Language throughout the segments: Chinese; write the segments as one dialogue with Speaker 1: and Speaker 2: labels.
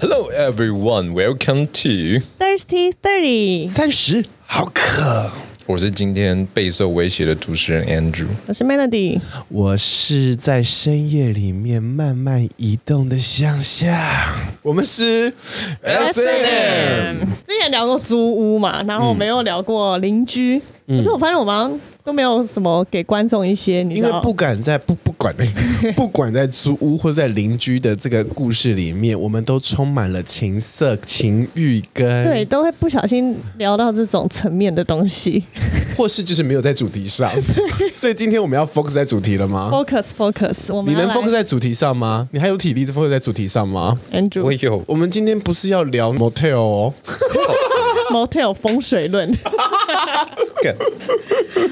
Speaker 1: Hello everyone, welcome to
Speaker 2: Thirsty Thirty，
Speaker 3: 三十，好渴。
Speaker 1: 我是今天备受威胁的主持人 Andrew。
Speaker 2: 我是 Melody。
Speaker 3: 我是在深夜里面慢慢移动的向下。我们是 S M，
Speaker 2: 之前聊过租屋嘛，然后我们又聊过邻居，
Speaker 3: 嗯
Speaker 2: 可是我发现我们好像都没有什么给观众一些，你知
Speaker 3: 因为
Speaker 2: 道
Speaker 3: 不敢在不不 管不管在租屋或在邻居的这个故事里面，我们都充满了情色、情欲跟
Speaker 2: 对，，都会不小心聊到这种层面的东西。
Speaker 3: 或是就是没有在主题 上。所以今天我们要 focus 在主题了吗？
Speaker 2: Focus Focus，我们
Speaker 3: 你能 focus
Speaker 2: 在
Speaker 3: 在主题上吗？你还有体力 focus 在主题上吗？
Speaker 1: 我
Speaker 2: Andrew
Speaker 1: 有
Speaker 3: 我们今天不是要聊 motel 哦，
Speaker 2: Motel 风水 论，
Speaker 1: 干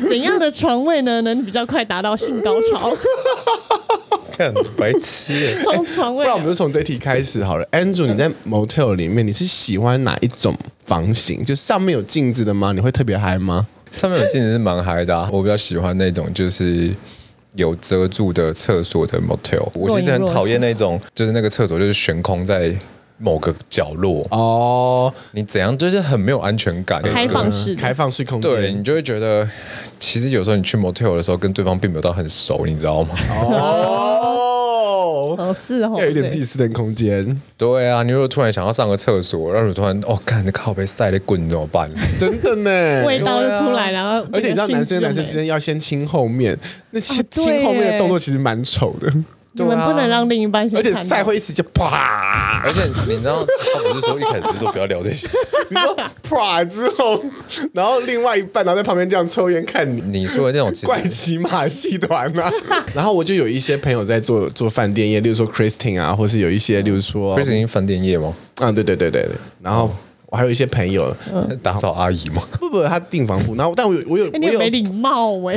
Speaker 2: 怎样的床位呢，能比较快达到性高 潮？
Speaker 1: 干白痴欸耶，
Speaker 2: 从床
Speaker 3: 不
Speaker 2: 位
Speaker 3: 然我们就从这题开始好了。Andrew，你在 motel 里面，你是喜欢哪一种房型？就上面有镜子的吗？你会特别嗨吗？
Speaker 1: 上面有镜子是蛮嗨的、啊，我比较喜欢那种就是。有遮住的厕所的 motel，我其实很讨厌那种，就是那个厕所就是悬空在某个角落，
Speaker 3: 哦，
Speaker 1: 你怎样就是很没有安全感。
Speaker 2: 开放式的，
Speaker 3: 开放式空
Speaker 1: 对
Speaker 3: 间
Speaker 1: 你。就会觉得，其实有时候你去 motel 的时候，跟对方并没有到很熟，你知道 吗？
Speaker 3: 哦，
Speaker 2: 哦是哦，
Speaker 3: 要有一点
Speaker 2: 对
Speaker 3: 自己私人空间，
Speaker 1: 对啊，你如果突然想要上个厕所，然后你突然哦，看你靠背晒的滚怎么办？
Speaker 3: 真的呢。
Speaker 2: 味道就出来，然后
Speaker 3: 而且你知道，男生跟男生之间要先亲后面，那些
Speaker 2: 哦
Speaker 3: 亲后面的动作其实蛮丑的，
Speaker 2: 你
Speaker 1: 啊
Speaker 2: 们不能让另一半先
Speaker 3: 啊而且
Speaker 2: 看到
Speaker 3: 赛会一起就啪，
Speaker 1: 而且你知道，他不是说一开始就说不要聊这 些，
Speaker 3: 你说啪之后，然后另外一半然后在旁边这样抽烟看你，
Speaker 1: 你说的那种其
Speaker 3: 怪
Speaker 1: 实
Speaker 3: 骑马戏团啊。 然后我就有一些朋友在做做饭店业，例如说 Christine 啊，或是有一些，例如说
Speaker 1: 不是已经饭店业吗？
Speaker 3: 啊，对对对对对。然后
Speaker 2: 哦
Speaker 3: 我还有一些朋友，
Speaker 1: 打扫阿姨吗？
Speaker 3: 不不，他订房铺，然后但我有我有
Speaker 2: 嗯哎
Speaker 3: 我
Speaker 2: 你很没
Speaker 3: 有。
Speaker 2: 礼貌哎、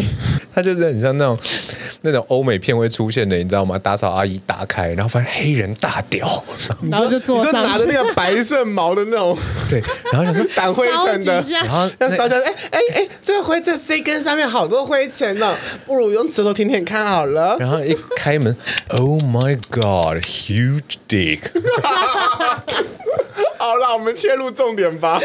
Speaker 1: 他就是很像那种那种欧美片会出现的，你知道吗？打扫阿姨打开，然后发现黑人大 屌，
Speaker 2: 然后就
Speaker 3: 你
Speaker 2: 坐
Speaker 3: 就
Speaker 2: 上
Speaker 3: 拿着那
Speaker 2: 去，
Speaker 3: 个白色毛的 那种
Speaker 1: 对，然后想说
Speaker 3: 掸灰尘
Speaker 2: 烧
Speaker 3: 的
Speaker 2: 几，下
Speaker 1: 然后
Speaker 3: 要烧焦。哎哎哎，这个灰这 C 根上面好多灰尘呢，不如用舌头舔舔看好了。
Speaker 1: 然后一开门，Oh my God，huge dick！
Speaker 3: 好了，我们切入重点吧。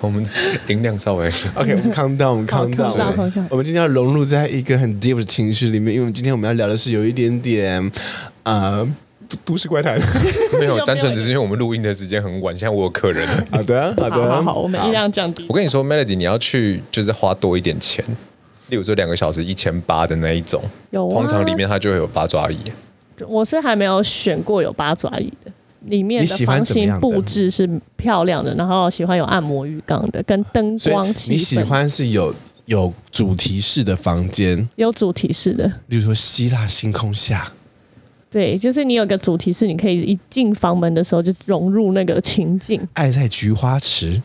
Speaker 1: 我们音量稍微
Speaker 3: OK，我们 calm down，我们 calm
Speaker 2: calm down，calm down
Speaker 3: down。我们今天要融入在一个很 deep 的情绪里面，因为我们今天我们要聊的是有一点点，呃，都都市怪谈。
Speaker 1: 没有，单纯只是因为我们录音的时间很晚，现在我有客人了。
Speaker 3: 好的，好
Speaker 2: 好
Speaker 3: 的，
Speaker 2: 好好，我们音量降低
Speaker 1: 我。跟你说，Melody，你要去就是花多一点钱，例如说两个小时一千八的那一种，
Speaker 2: 有啊
Speaker 1: 通常里面它就会有八爪鱼。
Speaker 2: 我是还没有选过有八爪椅的，里面
Speaker 3: 你
Speaker 2: 的
Speaker 3: 喜欢
Speaker 2: 房
Speaker 3: 怎么
Speaker 2: 型
Speaker 3: 样的
Speaker 2: 布置是漂亮的，然后喜欢有按摩浴缸的，跟灯
Speaker 3: 所
Speaker 2: 光
Speaker 3: 以
Speaker 2: 气
Speaker 3: 你喜
Speaker 2: 氛
Speaker 3: 欢是有有主题式的房间，
Speaker 2: 有主题式的。
Speaker 3: 例如说希腊星空下。。
Speaker 2: 对，就是你有个主题是你可以一进房门的时候就融入那个情境
Speaker 3: 爱在菊花池，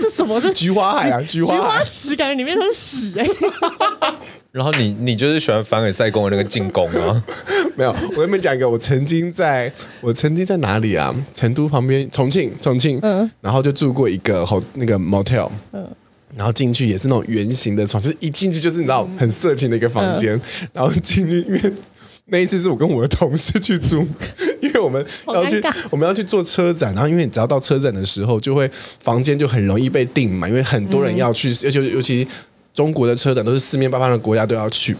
Speaker 2: 这什 么是
Speaker 3: 菊花海啊，菊
Speaker 2: 菊
Speaker 3: 花
Speaker 2: 花
Speaker 3: 海，
Speaker 2: 石？感觉里面都是屎哎、
Speaker 1: 然后你你就是喜欢凡尔赛宫的那个进攻 啊，
Speaker 3: 没有。我跟你们讲一个，我曾经在，我曾经在哪里啊？成都旁边，重庆，重庆，嗯，然后就住过一个好那个 motel，嗯，然后进去也是那种圆形的床，就是一进去就是你知道很色情的一个房间，
Speaker 2: 嗯
Speaker 3: 然后进去因为。那一次是我跟我的同事去住，因为我们
Speaker 2: 好
Speaker 3: 要去
Speaker 2: 尴尬
Speaker 3: 我们要去坐车展，然后因为你只要到车展的时候，就会房间就很容易被订满，因为很多
Speaker 2: 嗯
Speaker 3: 人要去，而且尤其中国的车展都是四面八方的国家都要去。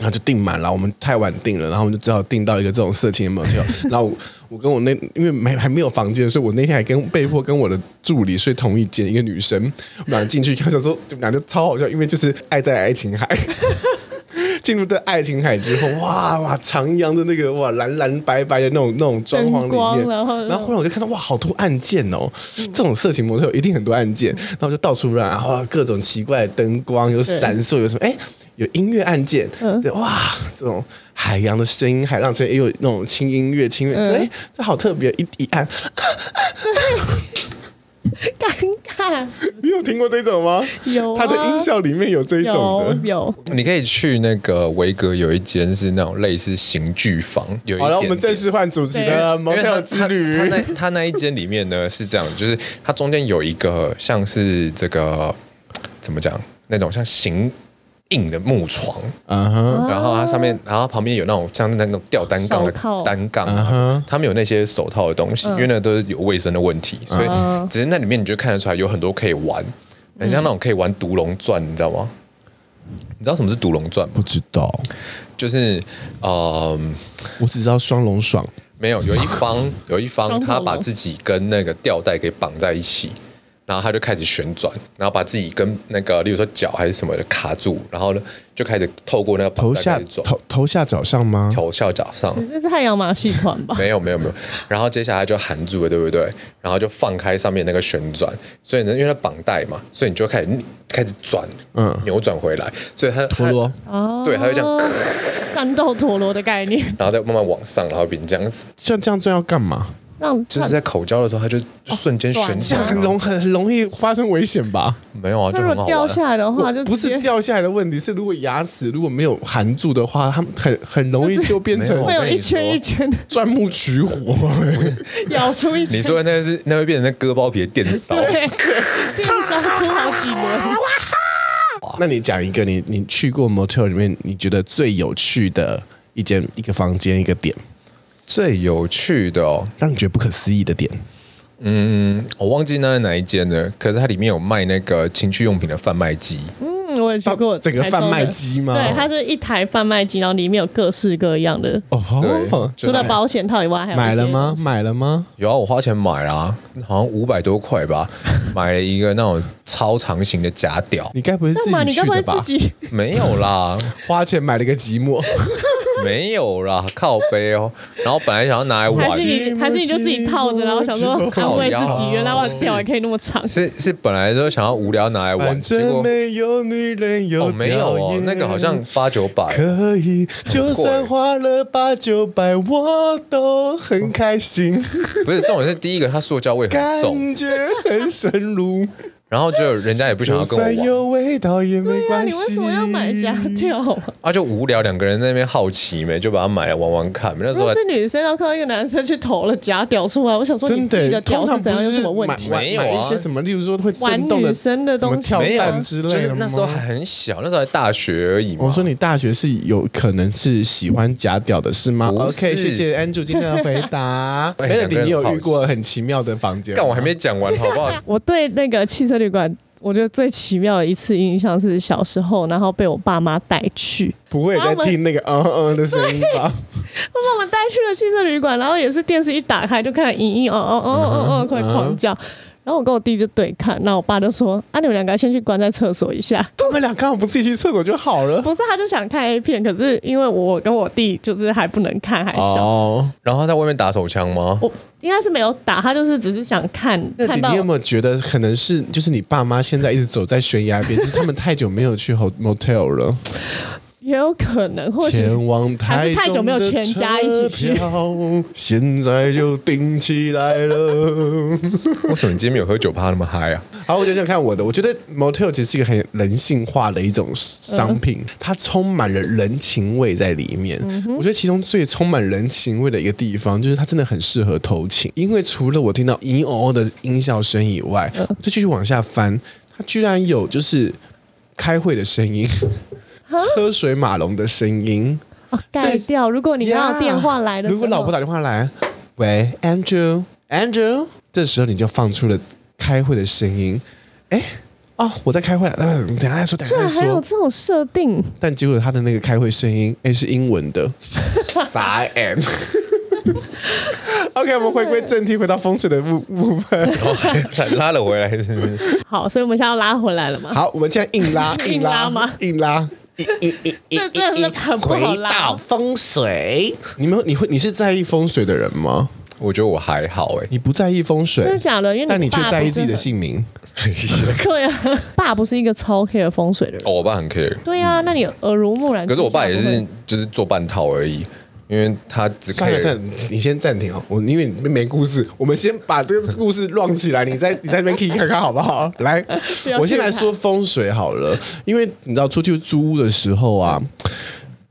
Speaker 3: 然后就订满了，我们太晚订了，然后我们就只好订到一个这种色情的 motel。然 后我我跟我那因为没还没有房间，所以我那天还跟被迫跟我的助理睡同一间，一个女生，我们俩进去看，想说我们俩就超好笑，因为就是爱在爱情海。 进入这爱情海之后，哇哇，徜徉的那个哇蓝蓝白白的那种那种装潢
Speaker 2: 灯光
Speaker 3: 里面，
Speaker 2: 然后
Speaker 3: 然后忽然我就看到哇，好多按键哦，
Speaker 1: 嗯
Speaker 3: 这种色情模特有一定很多按键，然后我就到处乱，然后各种奇怪的灯光有闪烁，有什么哎，有音乐按键，
Speaker 1: 嗯
Speaker 3: 对哇，这种海洋的声音、海浪声音，也有那种轻音乐、轻乐，
Speaker 1: 嗯
Speaker 3: 哎、这好特别，一一按，
Speaker 2: 尴尬死。
Speaker 3: 你有听过这种吗？
Speaker 2: 有啊
Speaker 3: 它的音效里 面有这一种
Speaker 2: 有
Speaker 3: 的。
Speaker 2: 有，
Speaker 1: 你可以去那个维格有一间是那种类似刑具房，有一
Speaker 3: 好了，我
Speaker 1: 点
Speaker 3: 们正
Speaker 1: 点
Speaker 3: 式换主题
Speaker 2: 对
Speaker 3: 了，《
Speaker 1: 因为他
Speaker 3: motel 之
Speaker 1: 他
Speaker 3: 旅
Speaker 1: 他》那他那一间里面呢是这样，就是它中间有一个像是这个怎么讲那种像刑硬的木床，
Speaker 3: 嗯哼，
Speaker 1: 然后它上面，然后旁边有那种像那种吊单杠的
Speaker 2: 哦手套
Speaker 1: 单杠
Speaker 3: 嗯哼
Speaker 1: 啊，他们有那些手套的东西，因为那都是有卫生的问题，所以
Speaker 2: 嗯
Speaker 1: 只是那里面你就看得出来有很多可以玩，很像那种可以玩独龙钻，你知道吗？你知道什么是独龙钻吗？
Speaker 3: 不知道，
Speaker 1: 就是，呃，
Speaker 3: 我只知道双龙爽，
Speaker 1: 没有，有一 方有一方
Speaker 2: 双头
Speaker 1: 他把
Speaker 2: 龙
Speaker 1: 自己跟那个吊带给绑在一起，然后他就开始旋转，然后把自己跟那个，例如说脚还是什么的卡住，然后呢就开始透过那个绑
Speaker 3: 头
Speaker 1: 带
Speaker 3: 下
Speaker 1: 开始转，
Speaker 3: 头头下脚上吗？
Speaker 1: 头下脚上，
Speaker 2: 你是太阳马戏团 吧？
Speaker 1: 没有没有没有，然后接下来就含住了，对不对？然后就放开上面那个旋转，所以呢，因为它绑带嘛，所以你就开始开始转，
Speaker 3: 嗯
Speaker 1: 扭转回来，所以它
Speaker 3: 陀螺，
Speaker 1: 它对，它就这
Speaker 2: 哦
Speaker 1: 样，
Speaker 2: 战斗陀螺的概念，
Speaker 1: 然后再慢慢往上，然后变这样子，
Speaker 3: 像这样这样要干嘛？
Speaker 2: 让
Speaker 1: 就是在口交的时候，它就
Speaker 2: 哦
Speaker 1: 就瞬间旋
Speaker 3: 这
Speaker 1: 转
Speaker 3: 样
Speaker 1: 啊，
Speaker 3: 很容很容易发生危险吧？
Speaker 1: 没有啊，就
Speaker 2: 那如
Speaker 1: 很
Speaker 2: 果
Speaker 1: 好
Speaker 2: 掉
Speaker 1: 玩啊。
Speaker 2: 下来的话，就
Speaker 3: 不
Speaker 2: 直
Speaker 3: 是
Speaker 2: 接
Speaker 3: 掉下来的问题，是如果牙齿如果没有含住的话，它们很很容易就变成
Speaker 1: 没
Speaker 2: 会有
Speaker 1: 我跟
Speaker 2: 一
Speaker 1: 你说
Speaker 2: 圈一圈的
Speaker 3: 钻木取火。
Speaker 2: 咬出一 圈，
Speaker 1: 你说的那是那会变成那割包皮的电 烧，
Speaker 2: 对，地上出好几轮。
Speaker 3: 那你讲一个你你去过 motel 里面你觉得最有趣的一间一个房间一个点，
Speaker 1: 最有趣的哦，
Speaker 3: 让你觉得不可思议的点？
Speaker 1: 嗯，我忘记那是哪一间了，可是它里面有卖那个情趣用品的贩卖机，
Speaker 2: 嗯，我也去过
Speaker 3: 到整个
Speaker 2: 台中的
Speaker 3: 贩卖机吗
Speaker 2: 对，它是一台贩卖机，然后里面有各式各样的，
Speaker 3: 哦
Speaker 1: 对
Speaker 3: 吼，
Speaker 2: 除了保险套以外，还有一些
Speaker 3: 买了吗？？买了吗？
Speaker 1: 有啊，我花钱买啦、好像五百多块 吧，买了一个那种超长型的假屌，
Speaker 3: 你该不会自
Speaker 2: 干嘛？
Speaker 3: 己
Speaker 2: 你该
Speaker 3: 去
Speaker 2: 不会
Speaker 3: 的吧
Speaker 2: 自？己？
Speaker 1: 没有 啦，
Speaker 3: 花钱买了个 寂寞，
Speaker 1: 没有啦，靠背哦。然后本来想要拿来
Speaker 2: 还
Speaker 1: 玩
Speaker 2: 是，你还是你就自己套着，然后想说安慰自己，原来我的跳还可以那么长。
Speaker 1: 是是本来就想要无聊拿来玩，
Speaker 3: 反
Speaker 1: 结
Speaker 3: 正
Speaker 1: 果
Speaker 3: 没有女人有
Speaker 1: 哦没有
Speaker 3: 表
Speaker 1: 哦，
Speaker 3: 演
Speaker 1: 那个好像八九百，
Speaker 3: 可以，就算花了八九百，我都很 开心，
Speaker 1: 不是重点是第一个它塑胶味很 重，
Speaker 3: 感觉很深入。
Speaker 1: 然后就人家也不想要
Speaker 3: 就
Speaker 1: 跟我
Speaker 3: 算
Speaker 1: 玩，
Speaker 3: 有味道也没
Speaker 2: 对啊，
Speaker 3: 关
Speaker 2: 你
Speaker 3: 系。
Speaker 2: 为什么要买假跳啊？
Speaker 1: 啊就无聊，两个人在那边好奇没，就把它买来玩玩看。那时
Speaker 2: 如
Speaker 1: 候还
Speaker 2: 果是女生，然后看到一个男生去投了假屌出来，我想说你
Speaker 3: 真
Speaker 2: 自己的，
Speaker 3: 的
Speaker 2: 屌
Speaker 3: 通常
Speaker 2: 是
Speaker 3: 不
Speaker 2: 怎样，有
Speaker 3: 是
Speaker 2: 什么问
Speaker 3: 买
Speaker 2: 题？
Speaker 1: 买
Speaker 3: 买
Speaker 1: 没有啊
Speaker 3: 买一些什么，例如说会
Speaker 2: 玩
Speaker 3: 震动
Speaker 2: 女
Speaker 3: 的
Speaker 2: 生的东西
Speaker 3: 什
Speaker 2: 啊
Speaker 3: 么
Speaker 1: 没
Speaker 3: 跳
Speaker 1: 有啊
Speaker 3: 蛋之
Speaker 1: 就
Speaker 3: 类
Speaker 1: 是
Speaker 3: 的吗？
Speaker 1: 那时候还很小，那时候还大学而已嘛。
Speaker 3: 我说你大学是有可能是喜欢假屌的是吗
Speaker 1: 不是
Speaker 3: ？OK，谢谢 Andrew 今天的回 答。
Speaker 1: 哎两个
Speaker 3: Melody，
Speaker 1: 人
Speaker 3: 你有
Speaker 1: 好
Speaker 3: 遇过很奇妙的房间吗？
Speaker 1: 干我还没讲完，好不好？
Speaker 2: 我对那个汽车旅馆，我觉得最奇妙的一次印象是小时候，然后被我爸妈带去。
Speaker 3: 不会在听那个嗯嗯的声音 吧？
Speaker 2: 我把我们带去了汽车旅馆，然后也是电视一打开就看到莹莹，哦哦哦哦哦，快狂叫。然后我跟我弟就对看，那我爸就说：“啊，你们两个先去关在厕所一下。
Speaker 3: 他们俩刚好不自己去厕所就好”了。
Speaker 2: 不是，他就想看 A 片，可是因为我跟我弟就是还不能看，还小，
Speaker 3: 哦，
Speaker 1: 然后他在外面打手枪吗？
Speaker 2: 我应该是没有打，他就是只是想看
Speaker 3: 那
Speaker 2: 看
Speaker 3: 你
Speaker 2: 到
Speaker 3: 你有没有觉得可能是就是你爸妈现在一直走在悬崖 边，就是他们太久没有去 ho- motel 了，
Speaker 2: 也有可能，或许
Speaker 3: 前往
Speaker 2: 还
Speaker 3: 台
Speaker 2: 是太久没有全家一起去
Speaker 3: 中的车票，现在就顶起来了。
Speaker 1: 为什么你今天没有喝酒趴那么嗨啊？
Speaker 3: 好，我讲讲看我的。我觉得 motel 其实是一个很人性化的一种商品，它充满了人情味在里面。我觉得其中最充满人情味的一个地方，就是它真的很适合偷情，因为除了我听到咦哦哦的音效声以外，我就继续往下翻，它居然有就是开会的声音，车水马龙的声音。
Speaker 2: 哦盖掉。如果你刚
Speaker 3: 呀
Speaker 2: 刚电话来的时
Speaker 3: 如
Speaker 2: 候，
Speaker 3: 果老婆打电话来，喂，Andrew，Andrew，这时候你就放出了开会的声音，哎。哦，我在开会，嗯， 等一下再说，等一
Speaker 2: 居
Speaker 3: 下
Speaker 2: 然
Speaker 3: 再
Speaker 2: 啊还有
Speaker 3: 说。
Speaker 2: 这种设定，
Speaker 3: 但结果他的那个开会声音，哎，是英 文的，傻眼。OK，我们回归正题，回到风水的部部分。
Speaker 1: 然后还 拉了回来，是不是？
Speaker 2: 好，所以我们现在要拉回来了嘛？
Speaker 3: 好，我们现在硬 拉，
Speaker 2: 硬
Speaker 3: 硬拉
Speaker 2: 拉吗
Speaker 3: 硬拉，硬硬硬硬
Speaker 2: 这真的是很不好
Speaker 3: 回
Speaker 2: 拉
Speaker 3: 到风水，你们你会你是在意风水的人吗？
Speaker 1: 我觉得我还好哎、
Speaker 3: 你不在意风水，
Speaker 2: 真的假的？因为
Speaker 3: 但你
Speaker 2: 你
Speaker 3: 却
Speaker 2: 爸
Speaker 3: 在
Speaker 2: 不
Speaker 3: 意
Speaker 2: 是
Speaker 3: 自己的
Speaker 2: 很
Speaker 3: 姓名，
Speaker 2: 对啊，爸不是一个超 care 风水的人。
Speaker 1: 哦，我爸很 care，
Speaker 2: 对啊，那你耳濡目染。
Speaker 1: 可是我爸也
Speaker 2: 从小
Speaker 1: 是
Speaker 2: 就会
Speaker 1: 就是做半套而已，因为他只
Speaker 3: 算了，算
Speaker 1: care。
Speaker 3: 了，你先暂停哦，我因为你没故事，我们先把这个故事乱起来，你再你在那边听看看好不 好？来，我先来说风水好了，因为你知道出去租屋的时候啊，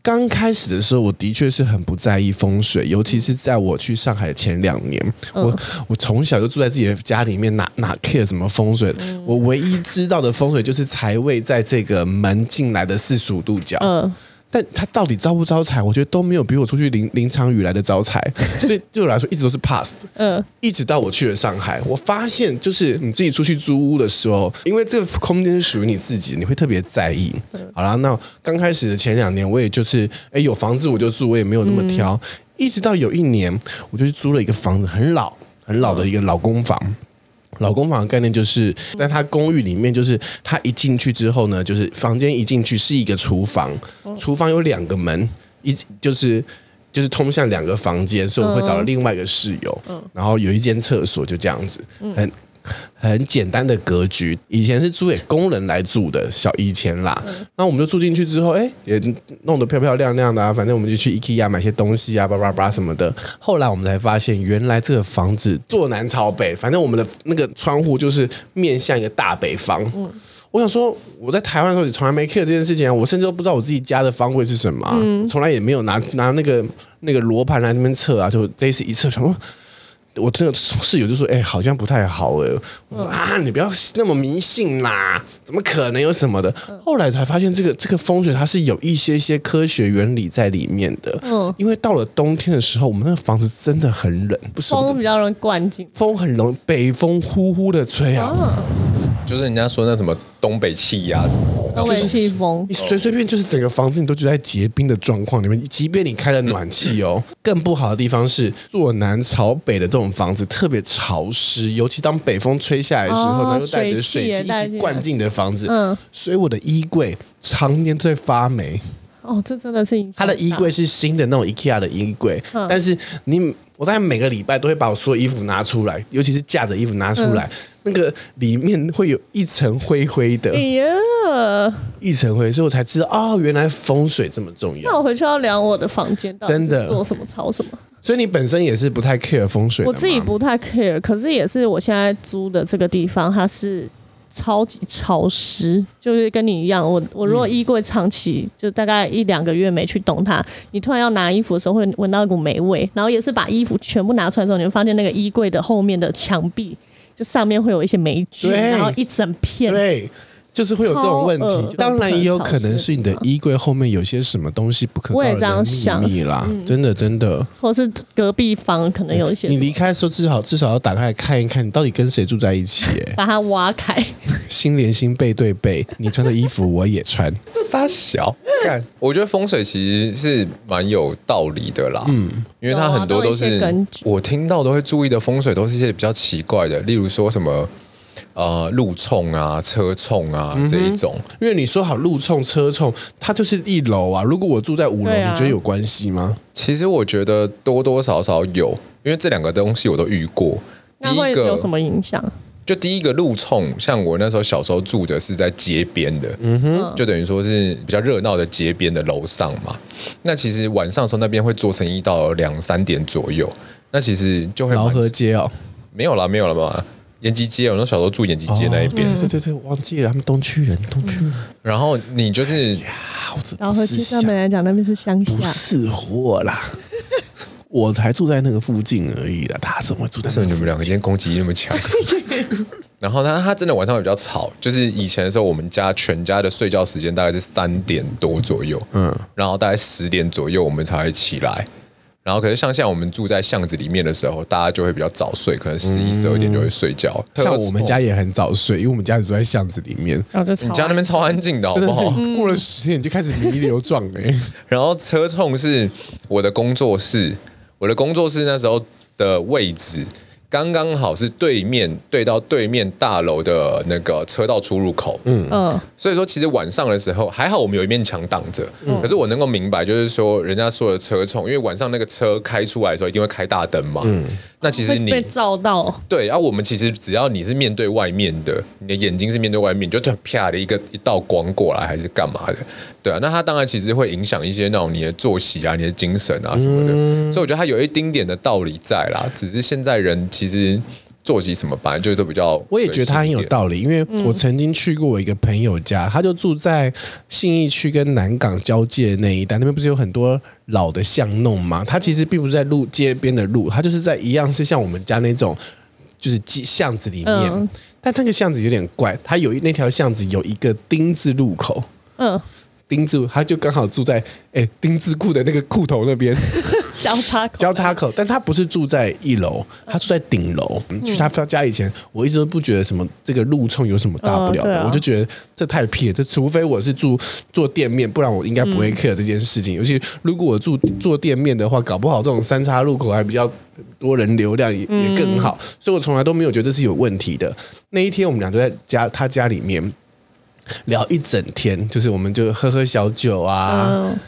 Speaker 3: 刚开始的时候，我的确是很不在意风水，尤其是在我去上海前两年，
Speaker 2: 嗯
Speaker 3: 我我从小就住在自己的家里面，哪哪 care 什么风水？
Speaker 2: 嗯
Speaker 3: 我唯一知道的风水就是财位在这个门进来的四十五度角。
Speaker 2: 嗯，
Speaker 3: 但他到底招不招财，我觉得都没有比我出去淋淋场雨来的招财，所以对我来说一直都是 pass 的。
Speaker 2: 嗯，
Speaker 3: 一直到我去了上海，我发现就是你自己出去租屋的时候，因为这个空间是属于你自己，你会特别在意。好啦，那刚开始的前两年，我也就是哎有房子我就住，我也没有那么挑。一直到有一年，我就去租了一个房子，很老很老的一个老公房。老公房的概念就是，但它公寓里面就是，它一进去之后呢，就是房间一进去是一个厨房，厨房有两个门，一就是就是通向两个房间，所以我会找了另外一个室友，然后有一间厕所，就这样子，很很简单的格局。以前是租给工人来住的，小以前啦。那我们就住进去之后，哎，也弄得漂漂亮亮的啊。反正我们就去 IKEA 买些东西啊，叭叭叭什么的。后来我们才发现，原来这个房子坐南朝北，反正我们的那个窗户就是面向一个大北方。我想说，我在台湾的时候也从来没 care 这件事情啊，我甚至都不知道我自己家的方位是什么、啊，
Speaker 2: 嗯
Speaker 3: 从来也没有拿拿那个那个罗盘来那边测啊，就这一次一测，什么。我那个室友就说：“哎、好像不太好哎、我说：“
Speaker 2: 嗯
Speaker 3: 啊，你不要那么迷信啦，怎么可能有什么的？”
Speaker 2: 嗯
Speaker 3: 后来才发现，这个这个风水它是有一些些科学原理在里面的。
Speaker 2: 嗯
Speaker 3: 因为到了冬天的时候，我们那个房子真的很冷，不是我的
Speaker 2: 风比较容易灌进。
Speaker 3: 风很冷，北风呼呼的吹啊，
Speaker 1: 就是人家说那什么东北气压什么的，
Speaker 2: 东北气风
Speaker 3: 你，随随便就是整个房子你都觉得在结冰的状况里面，即便你开了暖 气哦。更不好的地方是，坐南朝北的这种房子特别潮湿，尤其当北风吹下来的时候，
Speaker 2: 哦
Speaker 3: 它就带着水
Speaker 2: 水汽
Speaker 3: 汽
Speaker 2: 也带
Speaker 3: 一
Speaker 2: 进
Speaker 3: 直
Speaker 2: 来
Speaker 3: 灌进你的房子。
Speaker 2: 嗯
Speaker 3: 所以我的衣柜常年都在发霉。
Speaker 2: 哦，这真的是影响
Speaker 3: 它的衣柜是新的那种 IKEA 的衣柜，
Speaker 2: 嗯
Speaker 3: 但是你我大概每个礼拜都会把我所有衣服拿出来，尤其是架着衣服拿
Speaker 2: 嗯
Speaker 3: 出来，那个里面会有一层灰灰的。
Speaker 2: 大。哎呀，
Speaker 3: 一层灰，所以我才知道哦，原来风水这么重
Speaker 2: 那
Speaker 3: 要。
Speaker 2: 我回去要量我的房间，到底
Speaker 3: 真的
Speaker 2: 是做什么炒什么。
Speaker 3: 所以你本身也是不太 care 风水的
Speaker 2: 我
Speaker 3: 吗
Speaker 2: 自己不太 care，可是也是我现在租的这个地方，它是超级潮湿，就是跟你一样，我我如果衣柜长期、就大概一两个月没去动它，你突然要拿衣服的时候会闻到一股霉味，然后也是把衣服全部拿出来之后，你会发现那个衣柜的后面的墙壁。就上面会有一些霉菌，
Speaker 3: 对
Speaker 2: 然后一整片，
Speaker 3: 对，就是会有这种问
Speaker 2: 超恶
Speaker 3: 题。当然也有可能是你的衣柜后面有些什么东西不可告
Speaker 2: 我也
Speaker 3: 人
Speaker 2: 这样
Speaker 3: 的
Speaker 2: 想嗯
Speaker 3: 秘密啦，真的真的。
Speaker 2: 或是隔壁房可能有一些什
Speaker 3: 你
Speaker 2: 么，
Speaker 3: 离开的时候至少至少要打开来看一看，你到底跟谁住在一起、欸？
Speaker 2: 把它挖开，
Speaker 3: 心连心背对背，你穿的衣服我 也穿。
Speaker 1: 沙小。干，我觉得风水其实是蛮有道理的啦，嗯，因为它很多都
Speaker 2: 有啊都有一
Speaker 1: 是
Speaker 2: 些根据
Speaker 1: 我听到都会注意的风水，都是一些比较奇怪的，例如说什么呃路冲啊、车冲啊、这一种，
Speaker 3: 因为你说好路冲车冲，它就是一楼啊。如果我住在五楼，
Speaker 2: 对啊
Speaker 3: 你觉得有关系吗？
Speaker 1: 其实我觉得多多少少有，因为这两个东西我都遇过。第
Speaker 2: 那会
Speaker 1: 一个
Speaker 2: 有什么影响？
Speaker 1: 就第一个路冲，像我那时候小时候住的是在街边的，嗯哼，就等于说是比较热闹的街边的楼上嘛。那其实晚上的时候那边会做生意到两三点左右，那其实就会蛮
Speaker 3: 劳合街哦，
Speaker 1: 没有啦，没有了嘛。延吉街，我那时候小时候住延吉街那一边，嗯
Speaker 3: 哦对对对对，我忘记了，他们东区人，东区人。
Speaker 1: 然后你就是
Speaker 3: 啊，我真
Speaker 2: 然后和
Speaker 3: 是
Speaker 2: 西
Speaker 3: 想
Speaker 2: 山门来讲，那边是乡
Speaker 3: 不
Speaker 2: 下，
Speaker 3: 是我啦， 我才住在那个附近而已啦，他怎么会住在
Speaker 1: 所
Speaker 3: 那
Speaker 1: 以
Speaker 3: 个
Speaker 1: 你们
Speaker 3: 附近？
Speaker 1: 两个今天攻击力那么强。然后呢，他真的晚上会比较吵，就是以前的时候，我们家全家的睡觉时间大概是三点多左右，嗯，然后大概十点左右我们才会起来。然后可是像现在我们住在巷子里面的时候，大家就会比较早睡，可能十一十二点就会睡觉。
Speaker 3: 像我们家，也很早睡，因为我们家住在巷子里面，
Speaker 2: 然后就吵
Speaker 1: 你家那边超安静的好
Speaker 3: 真
Speaker 1: 不
Speaker 3: 的是
Speaker 1: 好？
Speaker 3: 过了十点就开始弥留状哎、欸，
Speaker 1: 然后车冲是我的工作室，我的工作室那时候的位置刚刚好是对面对到对面大楼的那个车道出入口，嗯，
Speaker 2: 嗯，
Speaker 1: 所以说其实晚上的时候还好我们有一面墙挡着，可是我能够明白就是说人家说的车冲，因为晚上那个车开出来的时候一定会开大灯嘛，嗯，那其实
Speaker 2: 会
Speaker 1: 你
Speaker 2: 被照到，
Speaker 1: 对，啊、我们其实只要你是面对外面的，你的眼睛是面对外面，你就突然啪的一个一道光过来，还是干嘛的？对啊，那它当然其实会影响一些那种你的作息啊、你的
Speaker 3: 嗯
Speaker 1: 精神啊什么的，所以我觉得它有一丁点的道理在啦，只是现在人其实。作息什么本来就是都比较，
Speaker 3: 我也觉得他很有道理，因为我曾经去过我一个朋友家，他就住在信义区跟南港交界那一带，那边不是有很多老的巷弄吗？他其实并不是在路街边的路，他就是在一样是像我们家那种，就是街巷子里面，
Speaker 2: 嗯
Speaker 3: 但那个巷子有点怪，它有一那条巷子有一个丁字路口。
Speaker 2: 嗯，
Speaker 3: 丁字，他就刚好住在哎、丁字裤的那个裤头那边
Speaker 2: 交叉口嗯
Speaker 3: 交叉口，但他不是住在一楼，他住在顶楼。去他家以前，我一直都不觉得什么这个路冲有什么大不
Speaker 2: 哦
Speaker 3: 了
Speaker 2: 对
Speaker 3: 的，
Speaker 2: 啊
Speaker 3: 我就觉得这太屁了。这除非我是住做店面，不然我应该不会 care 这件事情。
Speaker 2: 嗯
Speaker 3: 尤其如果我住做店面的话，搞不好这种三叉路口还比较多人流量也也更
Speaker 2: 嗯
Speaker 3: 好，所以我从来都没有觉得这是有问题的。那一天我们俩都在家他家里面。聊一整天，就是我们就喝喝小酒啊，
Speaker 2: 嗯，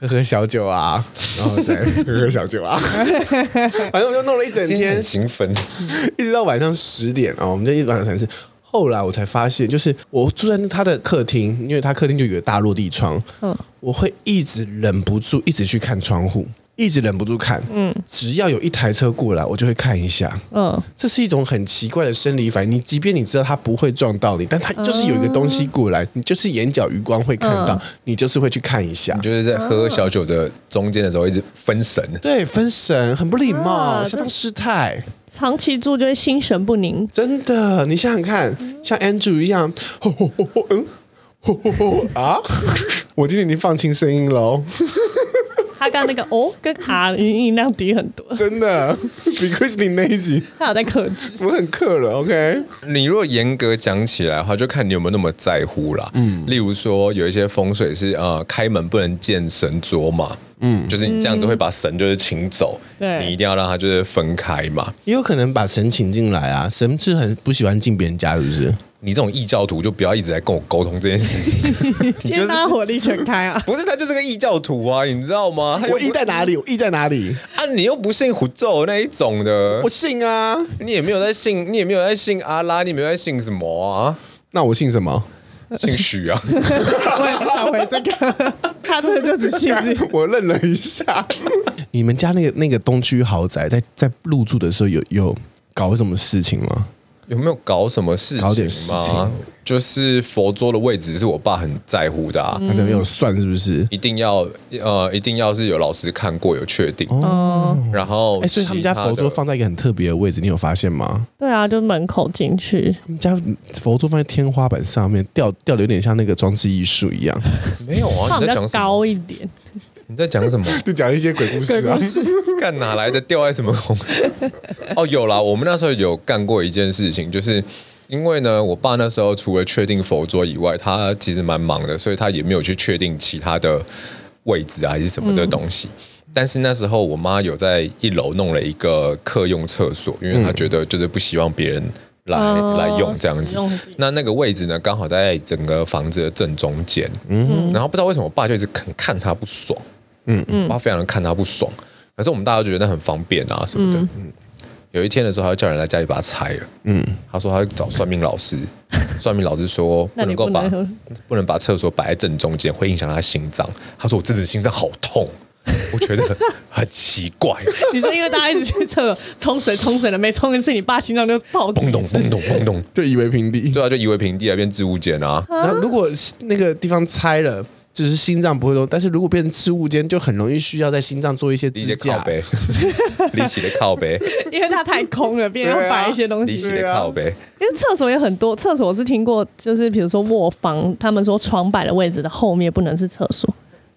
Speaker 3: 喝喝小酒啊，然后再喝喝小酒啊，反正我们就弄了一整
Speaker 1: 今天
Speaker 3: 天
Speaker 1: 很，兴奋，
Speaker 3: 一直到晚上十点哦，我们就一直晚上才是。后来我才发现，就是我住在他的客厅，因为他客厅就有个大落地窗，
Speaker 2: 嗯
Speaker 3: 我会一直忍不住一直去看窗户，一直忍不住看，嗯，只要有一台车过来，我就会看一下，
Speaker 2: 嗯，
Speaker 3: 这是一种很奇怪的生理反应。你即便你知道它不会撞到你，但它就是有一个东西过来，你就是眼角余光会看到，你就是会去看一下
Speaker 1: 你。就是在喝小酒的中间的时候一直分神，
Speaker 3: 对，分神很不礼貌，
Speaker 2: 啊
Speaker 3: 相当失态。
Speaker 2: 长期住就会心神不宁，
Speaker 3: 真的，你想想看，像 Andrew 一样，吼吼吼吼，嗯，吼吼吼啊！ 我今天已经放轻声音哦喽，
Speaker 2: 他刚刚那个哦跟啊音音量低很多，
Speaker 3: 真的，比 Christine 那一集
Speaker 2: 他有在克制。
Speaker 3: 我很克了。OK，
Speaker 1: 你如果严格讲起来的话，就看你有没有那么在乎啦。嗯，例如说有一些风水是呃，开门不能见神桌嘛，嗯，就是你这样子会把神就是请走，
Speaker 2: 嗯对
Speaker 1: 你一定要让它就是分开嘛。
Speaker 3: 也有可能把神请进来啊，神是很不喜欢进别人家，是不是？
Speaker 1: 你这种异教徒就不要一直在跟我沟通这件事 情，你
Speaker 2: 今
Speaker 1: 就
Speaker 2: 天
Speaker 1: 是
Speaker 2: 大家火力全开啊！
Speaker 1: 不是他就是个异教徒啊，你知道吗？他又
Speaker 3: 我
Speaker 1: 不
Speaker 3: 意在哪里？我意在哪里？
Speaker 1: 啊，你又不信符咒那一种的
Speaker 3: 我，信啊，
Speaker 1: 你也没有在信，你也没有在信阿拉，你也没有在信什么 啊，
Speaker 3: 那我信什么？
Speaker 1: 信许啊。
Speaker 2: 我也是想回这个，他这个就只信自己。
Speaker 3: 我愣了一下。你们家那个那个东区豪宅在，在入住的时候有有搞什么事情吗？
Speaker 1: 有没有搞什么事情吗？
Speaker 3: 搞点事情
Speaker 1: 就是佛桌的位置是我爸很在乎的、
Speaker 2: 嗯
Speaker 1: 啊，
Speaker 3: 他都没有算是不是？
Speaker 1: 一定要呃，一定要是有老师看过有确定，
Speaker 2: 哦，
Speaker 1: 然后
Speaker 3: 哎、所以他们家
Speaker 1: 其的
Speaker 3: 佛桌放在一个很特别的位置，你有发现吗？
Speaker 2: 对啊，就门口进去，
Speaker 3: 他们家佛桌放在天花板上面，吊吊的有点像那个装置艺术一样，
Speaker 1: 没有啊？你
Speaker 2: 放比
Speaker 1: 在讲
Speaker 2: 较
Speaker 1: 什么？
Speaker 2: 高一点。
Speaker 1: 你在讲什么？
Speaker 3: 就讲一些鬼故事啊。
Speaker 1: 干哪来的掉在什么 红？哦，有啦，我们那时候有干过一件事情，就是因为呢，我爸那时候除了确定佛桌以外，他其实蛮忙的，所以他也没有去确定其他的位置啊，还是什么这东西。
Speaker 2: 嗯
Speaker 1: 但是那时候我妈有在一楼弄了一个客用厕所，因为她觉得就是不希望别人来、
Speaker 2: 哦
Speaker 1: 来用这样
Speaker 2: 使
Speaker 1: 子
Speaker 2: 用自己。
Speaker 1: 那那个位置呢，刚好在整个房子的正中间。嗯，然后不知道为什么我爸就一直很看他不爽。嗯，我爸非常的看他不爽，可是我们大家都觉得那很方便啊什么的。嗯，有一天的时候，他就叫人来家里把它拆了。嗯，他说他要找算命老 师，算命老师说
Speaker 2: 那
Speaker 1: 不
Speaker 2: 你
Speaker 1: 能够把
Speaker 2: 不能喝
Speaker 1: 不能把厕所摆在正中间，会影响他心脏。他说我这次心脏好痛，我觉得很奇 怪，
Speaker 2: 你是因为大家一直去厕所冲水冲水了，每冲一次你爸心脏就爆
Speaker 1: 嘣
Speaker 2: 几
Speaker 1: 咚
Speaker 2: 次
Speaker 1: 嘣咚嘣咚。
Speaker 3: 就以为平地。
Speaker 1: 对啊，就夷为平地啊，变置物间 啊。
Speaker 3: 然后如果那个地方拆了，就是心脏不会动，但是如果变成置物间，就很容易需要在心脏做一些
Speaker 1: 离
Speaker 3: 支
Speaker 1: 奇的
Speaker 3: 架
Speaker 1: 靠。背， 离奇的靠 背，
Speaker 2: 因为它太空了，别人要摆一些东
Speaker 1: 离
Speaker 2: 西
Speaker 1: 奇。的靠
Speaker 3: 啊
Speaker 1: 背。
Speaker 2: 因为厕所也很多，厕所我是听过，就是比如说卧房，他们说床摆的位置的后面不能是厕所，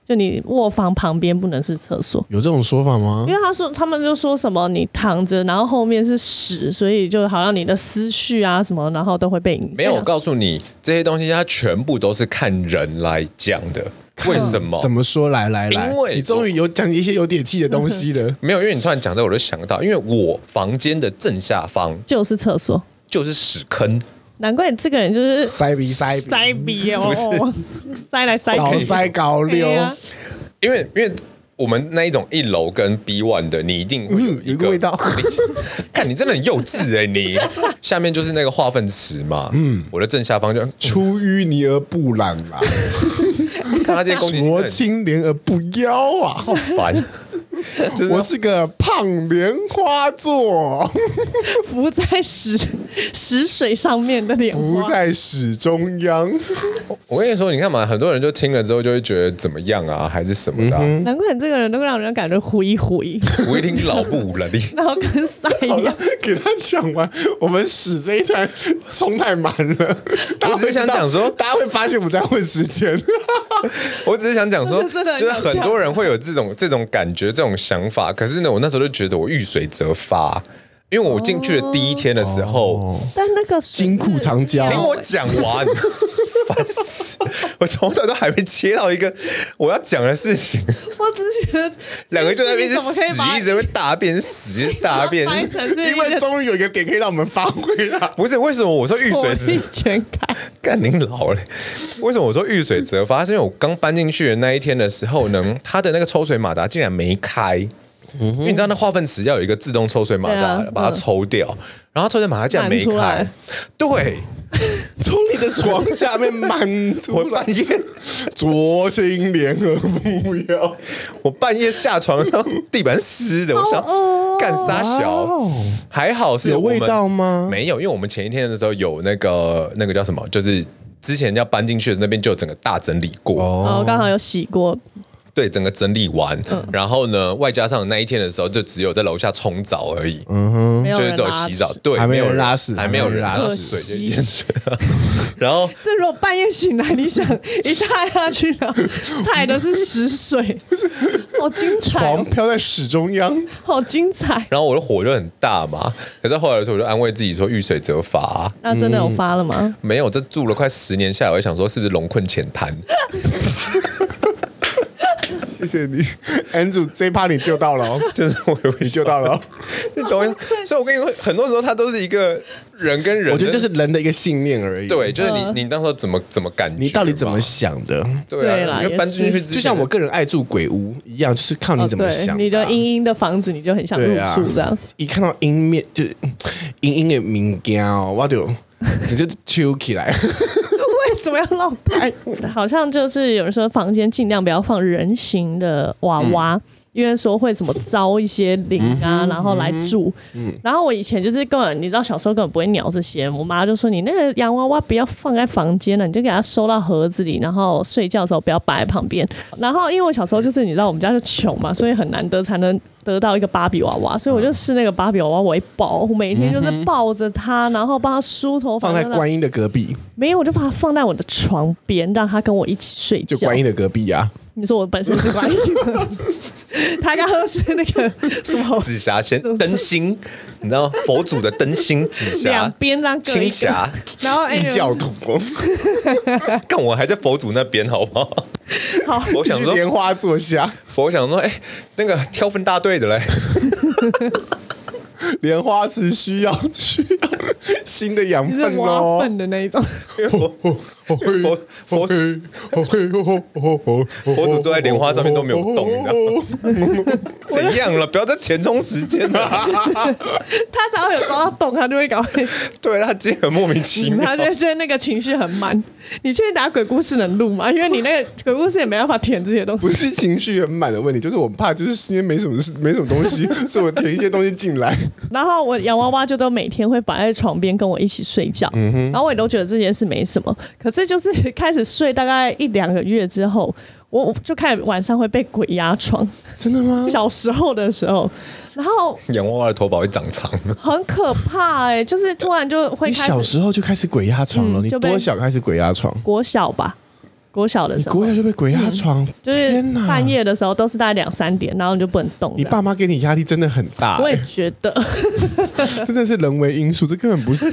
Speaker 2: 就你卧房旁边不能是厕所。
Speaker 3: 有这种说法吗
Speaker 2: 因？为他说，他们就说什么你躺着，然后后面是屎，所以就好像你的思绪啊什么，然后都会被影响。
Speaker 1: 没有，我告诉你，这些东西它全部都是看人来讲的。为什么？
Speaker 3: 怎么说来来来？
Speaker 1: 哦因为。
Speaker 3: 你终于有讲一些有点气的东西了
Speaker 1: 没有？因为你突然讲这，我就想到，因为我房间的正下方
Speaker 2: 就是厕所，
Speaker 1: 就是屎坑，
Speaker 2: 难怪这个人就是
Speaker 3: 塞鼻塞鼻
Speaker 2: 塞鼻哦，塞来
Speaker 1: 哎
Speaker 2: 塞
Speaker 3: 高
Speaker 2: 去。
Speaker 3: 塞高溜，
Speaker 2: 对啊
Speaker 1: 因为因为我们那一种一楼跟 B one 的，你一定会有
Speaker 3: 嗯，
Speaker 1: 一
Speaker 3: 有一
Speaker 1: 个
Speaker 3: 个味。道。
Speaker 1: 看，你真的很幼稚哎、你下面就是那个化粪池嘛，嗯，我的正下方就
Speaker 3: 出淤泥而不染啦，
Speaker 1: 看他这些攻击性
Speaker 3: 濯
Speaker 1: 很
Speaker 3: 清涟而不妖啊！
Speaker 1: 烦。就是
Speaker 3: 我是个胖莲花 座，
Speaker 2: 浮在石石水上面的莲
Speaker 3: 不
Speaker 2: 花，
Speaker 3: 在屎中央。
Speaker 1: 我跟你说，你看嘛，很多人就听了之后就会觉得怎么样啊，还是什么的啊、
Speaker 3: 嗯
Speaker 2: 难怪你这个人都会让人感觉灰灰，
Speaker 1: 我一听老不武了，你
Speaker 2: 然后跟塞一
Speaker 3: 好
Speaker 2: 样
Speaker 3: 了。，给他讲完，我们屎这一段冲太满了， 大家
Speaker 1: 我只
Speaker 3: 会
Speaker 1: 是想
Speaker 3: 知道
Speaker 1: 讲说
Speaker 3: 大家会发现我们在混时间。
Speaker 1: 我只是想讲说，
Speaker 2: 这是真的很
Speaker 1: 就是
Speaker 2: 搞笑
Speaker 1: 很多人会有这种这种感觉、这种想法。可是呢，我那时候就觉得我遇水则发，因为我进去的第一天的时候，
Speaker 2: 但那个水
Speaker 3: 金库藏娇
Speaker 2: 是
Speaker 1: 听我讲完， 烦死！我从头都还没切到一个我要讲的事情，
Speaker 2: 我只是觉得
Speaker 1: 两个就在那边一直
Speaker 2: 怎么可以把
Speaker 1: 死，一直在那边大便屎大 便。
Speaker 2: 掰成这
Speaker 3: 因
Speaker 2: 一
Speaker 3: 为
Speaker 2: 个
Speaker 3: 终于有一个点可以让我们发挥了。
Speaker 1: 不是为什么我说遇
Speaker 2: 火
Speaker 1: 水则
Speaker 2: 力全 开？
Speaker 1: 干您老嘞！为什么我说遇水则发？是因为我刚搬进去的那一天的时候 呢，它的那个抽水马达竟然没开，因为你知道那化粪池要有一个自动抽水马达、
Speaker 2: 对啊
Speaker 1: 把它抽掉，然后抽水马达竟然没
Speaker 2: 满出
Speaker 1: 开
Speaker 2: 来，
Speaker 1: 对
Speaker 3: 从你的床下面满
Speaker 1: 我
Speaker 3: 出来
Speaker 1: 半，夜
Speaker 3: 左心联合目 标。
Speaker 1: 我半夜下床的时候，然后地板湿 的，我想
Speaker 2: 好恶哦
Speaker 1: 干啥小
Speaker 3: 哦，
Speaker 1: 还好是
Speaker 3: 有
Speaker 1: 我们
Speaker 3: 味道吗
Speaker 1: 没有，因为我们前一天的时候有那个那个叫什么，就是之前要搬进去的那边就有整个大整理过。
Speaker 2: 然后哦刚好有洗过，
Speaker 1: 对，整个整理完，
Speaker 3: 嗯
Speaker 1: 然后呢，外加上那一天的时候，就只有在楼下冲澡而已，
Speaker 2: 没
Speaker 1: 嗯
Speaker 2: 有
Speaker 1: 就是
Speaker 2: 人
Speaker 1: 只有
Speaker 2: 拉
Speaker 1: 洗澡，
Speaker 2: 屎。
Speaker 1: 对，
Speaker 3: 嗯还没
Speaker 1: 没
Speaker 3: 有
Speaker 1: 有
Speaker 3: 人拉屎
Speaker 1: 还没有人
Speaker 3: 还
Speaker 1: 拉
Speaker 3: 没有人
Speaker 2: 拉
Speaker 1: 屎，
Speaker 2: 屎
Speaker 1: 水就淹水了。 然后
Speaker 2: 这如果半夜醒来，你想一踏下去了， 踩的是 屎水，好精彩
Speaker 3: 床
Speaker 2: 哦，
Speaker 3: 飘在屎中央，
Speaker 2: 好精彩！
Speaker 1: 然后我的火就很大嘛，可是后来的时候，我就安慰自己说遇水则发啊、
Speaker 2: 那真的有发了吗？
Speaker 1: 没有，这住了快十年下来，我就想说是不是龙困浅滩？
Speaker 3: 谢谢你，Andrew，这一趴你救到了、 哦，
Speaker 1: 就是我有
Speaker 3: 你救到了、哦。
Speaker 1: 你懂吗？所以我跟你说，很多时候它都是一个人跟人的，
Speaker 3: 我觉得这是人的一个信念而已。
Speaker 1: 对，，就是你你那时候怎么怎么感觉嘛？
Speaker 3: 你到底怎么想的？
Speaker 1: 对
Speaker 2: 对
Speaker 1: 啊？
Speaker 2: 啦
Speaker 1: 因为搬进去
Speaker 2: 也
Speaker 1: 之前
Speaker 3: 就像我个人爱住鬼屋一样，就是靠你
Speaker 2: 哦
Speaker 3: 怎么想、
Speaker 1: 啊
Speaker 2: 对，你的阴阴的房子，你就很想入
Speaker 3: 对啊
Speaker 2: 住这样。
Speaker 3: 一看到阴面就阴阴的明家哦，我就你就揪起来。
Speaker 2: 为什么要露白？好像就是有人说房间尽量不要放人形的娃
Speaker 3: 嗯
Speaker 2: 娃。因为说会怎么招一些灵啊，然后来住。
Speaker 3: 嗯
Speaker 2: 然后我以前就是根本，你知道小时候根本不会鸟这些，我妈就说你那个洋娃娃不要放在房间了，你就给它收到盒子里，然后睡觉的时候不要摆在旁边。
Speaker 3: 嗯
Speaker 2: 然后因为我小时候就是你知道我们家就穷嘛，所以很难得才能得到一个芭比娃娃，所以我就视那个芭比娃娃为宝，我每天就是抱着它，然后帮它梳头发，
Speaker 3: 嗯放在
Speaker 2: 让它
Speaker 3: 观音的隔壁，
Speaker 2: 没有，我就把它放在我的床边，让它跟我一起睡觉。
Speaker 3: 就观音的隔壁啊。
Speaker 2: 你说我本身是观音吗，他刚刚是那个什么
Speaker 1: 紫霞仙灯芯，你知道佛祖的灯芯紫
Speaker 2: 两
Speaker 1: 霞。
Speaker 2: 边这样各
Speaker 1: 青
Speaker 2: 一个，
Speaker 1: 霞，
Speaker 2: 然后哎
Speaker 3: 异，教徒，
Speaker 1: 干我还在佛祖那边，好不好？
Speaker 2: 好，
Speaker 1: 我想
Speaker 3: 去
Speaker 1: 说，
Speaker 3: 莲花座下，
Speaker 1: 佛想说，哎、那个挑粪大队的嘞，
Speaker 3: 莲花池需要需 要新的养
Speaker 2: 你是
Speaker 3: 分
Speaker 2: 挖
Speaker 3: 哦。
Speaker 2: 粪的那一种，
Speaker 1: 因为 佛佛佛
Speaker 3: 佛哦
Speaker 1: 佛祖坐在莲花上面都没有动你知道怎样了？不要再填充时间了。
Speaker 2: 他只要有抓到洞，他就会搞会，
Speaker 1: 对他今天很莫名其妙
Speaker 2: 他，就就那个情绪很满。你确定打鬼故事能录吗？因为你那个鬼故事也没办法填这些东西。
Speaker 3: 不是情绪很满的问题，就是我怕就是今天没什么事，没什么东西，所以我填一些东西进来。
Speaker 2: 然后我洋娃娃就都每天会摆在床边跟我一起睡觉，
Speaker 3: 嗯
Speaker 2: 然后我也都觉得这件事没什么。可是就是开始睡大概一两个月之后，我我就开始晚上会被鬼压床。
Speaker 3: 真的吗？
Speaker 2: 小时候的时候，然后
Speaker 1: 洋娃娃的头发会长长。
Speaker 2: 很可怕哎、就是突然就会
Speaker 3: 你
Speaker 2: 开
Speaker 3: 小
Speaker 2: 始
Speaker 3: 时候就开始鬼压床了？
Speaker 2: 嗯
Speaker 3: 你
Speaker 2: 就被
Speaker 3: 多小开始鬼压床？
Speaker 2: 国小吧，国小的
Speaker 3: 你
Speaker 2: 时候
Speaker 3: 国。小就被鬼压床？
Speaker 2: 就是
Speaker 3: 天哪！
Speaker 2: 半夜的时候都是大概两三点，然后你就不能动。
Speaker 3: 你爸妈给你压力真的很大、
Speaker 2: 我也
Speaker 3: 欸，
Speaker 2: 觉 得，
Speaker 3: 真的是人为因素，这根本不是。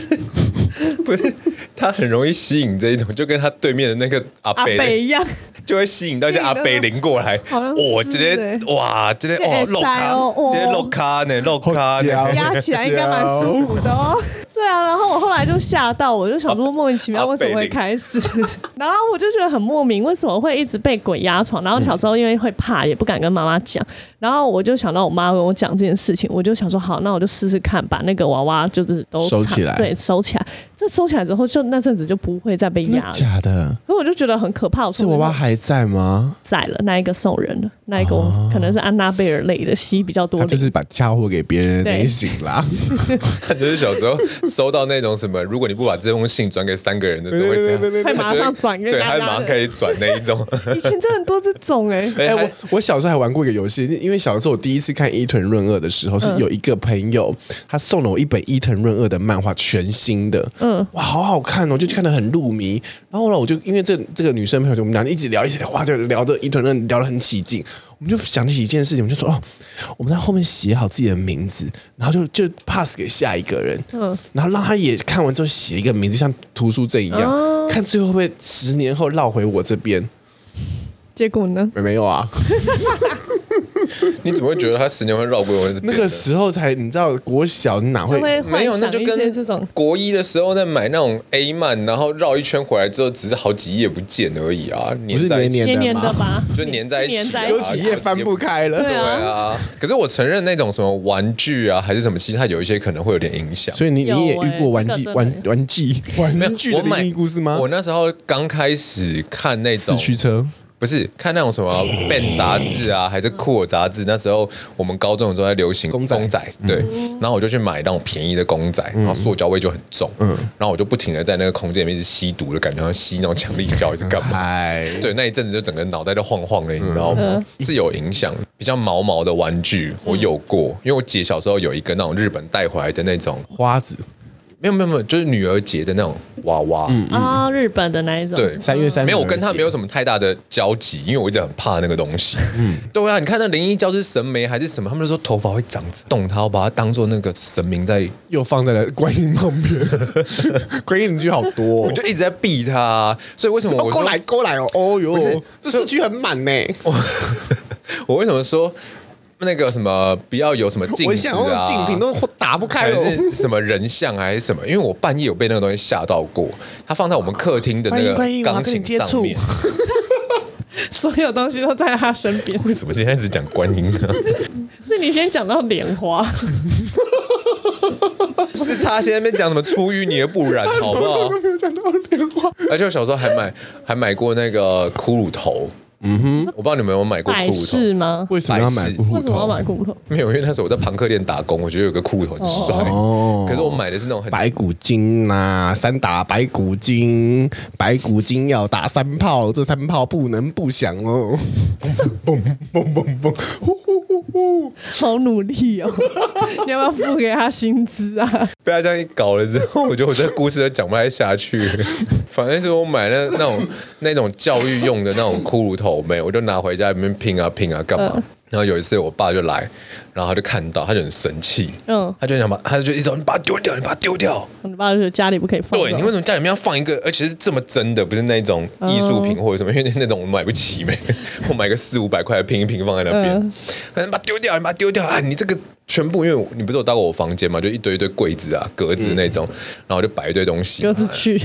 Speaker 1: 不是，他很容易吸引这一种，就跟他对面的那个阿伯
Speaker 2: 阿北一样，
Speaker 1: 就会吸引到一些阿伯邻过来。哦
Speaker 2: 好像是
Speaker 1: 哇，直接
Speaker 2: 欸
Speaker 1: 哇，直接
Speaker 2: 这
Speaker 1: 哦，
Speaker 2: 会
Speaker 1: 露卡
Speaker 2: 塞哦，哦
Speaker 1: 直接露卡呢，露卡
Speaker 3: 好
Speaker 1: 呢
Speaker 3: 屌。
Speaker 2: 压起来应该 蛮舒服的哦。 对啊，然后我后来就吓到，我就想说莫名其
Speaker 3: 啊
Speaker 2: 妙为什么会开始， 然后我就觉得很莫名，为什么会一直被鬼压床？然后小时候因为会怕，也不敢跟妈妈讲，然后我就想到我妈跟我讲这件事情，我就想说好，那我就试试看，把那个娃娃就是都
Speaker 3: 收起来
Speaker 2: 对，收起来。这收起来之后，就那阵子就不会再被
Speaker 3: 真的
Speaker 2: 压了。
Speaker 3: 假的？
Speaker 2: 可我就觉得很可怕，我
Speaker 3: 这
Speaker 2: 说
Speaker 3: 娃娃还在吗？
Speaker 2: 在了，那一个送人了，那一个我可能是安娜贝尔类的吸比较多
Speaker 3: 他哦就
Speaker 2: 的，
Speaker 3: 是把嫁祸给别人的类型啦。
Speaker 1: 就是小时候收到那种什么，如果你不把这封信转给三个人的时候，会这样，
Speaker 3: 对
Speaker 2: 会马上转给
Speaker 1: 对，
Speaker 2: 大
Speaker 1: 他马
Speaker 2: 家
Speaker 1: 上可
Speaker 2: 的。
Speaker 1: 以转那一种。
Speaker 2: 以前真的很多这种哎、
Speaker 1: 哎、
Speaker 3: 哎、
Speaker 1: 还
Speaker 3: 我我小时候还玩过一个游戏，因为小时候我第一次看伊藤润二的时候，是有一个朋友、他送了我一本伊藤润二的漫画，全新的，嗯，哇，好好看哦，就看得很入迷。然后呢，我就因为这这个女生朋友，就我们俩一直聊，一直聊，哇，就聊着伊藤润二聊得很起劲。我们就想起一件事情，我们就说哦，我们在后面写好自己的名字，然后就就 pass 给下一个人，嗯
Speaker 2: 嗯，
Speaker 3: 然后让他也看完之后写一个名字，像图书证一样，看最后会不会十年后绕回我这边？
Speaker 2: 结果呢？
Speaker 3: 没有啊。
Speaker 1: 你怎么会觉得他十年会绕过我这边呢？
Speaker 3: 那个时候才，你知道国小你哪
Speaker 2: 就会
Speaker 1: 没
Speaker 3: 会？
Speaker 2: 幻
Speaker 1: 有，那
Speaker 2: 想
Speaker 1: 就
Speaker 2: 一些
Speaker 1: 跟
Speaker 2: 这种，
Speaker 1: 国一的时候在买那种 A 漫，然后绕一圈回来之后，只是好几页不见而已啊，粘在一
Speaker 3: 不是年
Speaker 1: 起。
Speaker 3: 年
Speaker 2: 黏黏的吧，
Speaker 1: 就黏在一起啊
Speaker 2: 黏在
Speaker 1: 有
Speaker 3: 有
Speaker 2: 一起
Speaker 1: 几
Speaker 3: 几
Speaker 1: 页
Speaker 3: 页
Speaker 1: 翻
Speaker 3: 翻
Speaker 1: 不
Speaker 3: 不开了，
Speaker 2: 对
Speaker 1: 对
Speaker 2: 啊
Speaker 1: 啊，可是我承认那种什么玩具啊，还是什么，其实它有一些可能会有点影响。
Speaker 3: 所以你
Speaker 2: 有
Speaker 3: 你也
Speaker 2: 欸
Speaker 3: 遇过玩
Speaker 2: 这个
Speaker 3: 具
Speaker 2: 真的
Speaker 3: 玩玩具玩具
Speaker 1: 我
Speaker 3: 的
Speaker 1: 买
Speaker 3: 灵异故事吗
Speaker 1: 我？那时候刚开始看那
Speaker 3: 四
Speaker 1: 种
Speaker 3: 驱车，
Speaker 1: 不是看那种 什么 Ben 杂志啊，还是酷我杂志。那时候我们高中的时候在流行
Speaker 3: 公仔嗯
Speaker 1: 对。然后我就去买那种便宜的公仔，然后塑胶味就很重，嗯。然后我就不停的在那个空间里面一直吸毒的感觉，好像吸那种强力胶还是干 嘛？
Speaker 3: 哎，
Speaker 1: 对，那一阵子就整个脑袋都晃晃的，你知道
Speaker 3: 嗯
Speaker 1: 吗？ 是有影响。比较毛毛的玩具我有过，因为我姐小时候有一个那种日本带回来的那种，
Speaker 3: 花子，
Speaker 1: 没有没有没有，就是女儿节的那种娃娃，
Speaker 3: 嗯
Speaker 2: 啊、日本的那一种，
Speaker 1: 对，
Speaker 3: 三月三
Speaker 1: 没有，我跟他没有
Speaker 3: 么。
Speaker 1: 什么太大的交集，因为我一直很怕那个东西。嗯，对啊，你看那灵异教师神眉还是什么，他们就说头发会长动它，我把它当做那个神明在，
Speaker 3: 又放在了观音旁 边，观音邻居好多、
Speaker 1: 我
Speaker 3: 哦
Speaker 1: 就。一直在避它、所以为什么
Speaker 3: 哦，
Speaker 1: 我
Speaker 3: 过
Speaker 1: 说、
Speaker 3: 来过来哦，哦哟，
Speaker 1: 是
Speaker 3: 这社区很满呢、
Speaker 1: 我为什么说那个什么不要有什么镜
Speaker 3: 我
Speaker 1: 子
Speaker 3: 想用
Speaker 1: 啊？
Speaker 3: 竞品都打不开
Speaker 1: 还
Speaker 3: 哦。
Speaker 1: 是什么人像还是什么？因为我半夜有被那个东西吓到过，它放在我们客厅的那个
Speaker 3: 欢迎欢迎我要
Speaker 1: 钢
Speaker 3: 跟你
Speaker 1: 琴
Speaker 3: 接
Speaker 1: 上
Speaker 3: 触
Speaker 1: 面。
Speaker 2: 所有东西都在他身边。
Speaker 1: 为什么今天只讲观音啊呢？
Speaker 2: 是你先讲到莲花，
Speaker 1: 是他现在那边讲什么出淤泥而不染，好不好？
Speaker 3: 没有讲到莲花，
Speaker 1: 而且我小时候还买还买过那个骷髅头，嗯哼，我不知道你们有没有买过骷
Speaker 2: 百事
Speaker 1: 髅头，
Speaker 2: 吗？
Speaker 3: 为什么要买
Speaker 1: 白痴
Speaker 3: 骷髅
Speaker 2: 为什么要
Speaker 3: 头
Speaker 2: 买骷髅？
Speaker 1: 没有，因为那时候我在朋克店打工，我觉得有个骷髅头很帅，
Speaker 3: 哦
Speaker 1: 可是我买的是那种很
Speaker 3: 白骨精呐、三打白骨精，白骨精要打三炮，这三炮不能不响 哦。嘣嘣嘣嘣，呼呼呼呼！
Speaker 2: 好努力 哦！你要不要付给他薪资啊？
Speaker 1: 被他这样一搞了之后，我觉得我这个故事都讲不太下 去。反正是我买那那种那种教育用的那种骷髅头没有，我就拿回家里面拼啊拼啊干嘛。然后有一次我爸就来，然后他就看到，他就很生气，
Speaker 2: 嗯
Speaker 1: 他就想把，他就一直说你把它丢掉，你把它丢掉。
Speaker 2: 我爸就觉得家里不可以放这
Speaker 1: 对，
Speaker 2: 种。
Speaker 1: 你为什么家里面要放一个，而且是这么真的，不是那种艺术品或者什么？因为那种我买不起没， 我买个四五百块的拼一拼放在那边，
Speaker 2: 嗯
Speaker 1: 反正把它丢掉，你把它丢掉啊！你这个全部，因为我你不是有到过我房间嘛，就一堆一堆柜子啊、格子那种，然后就摆一堆东西
Speaker 2: 嗯格。子去，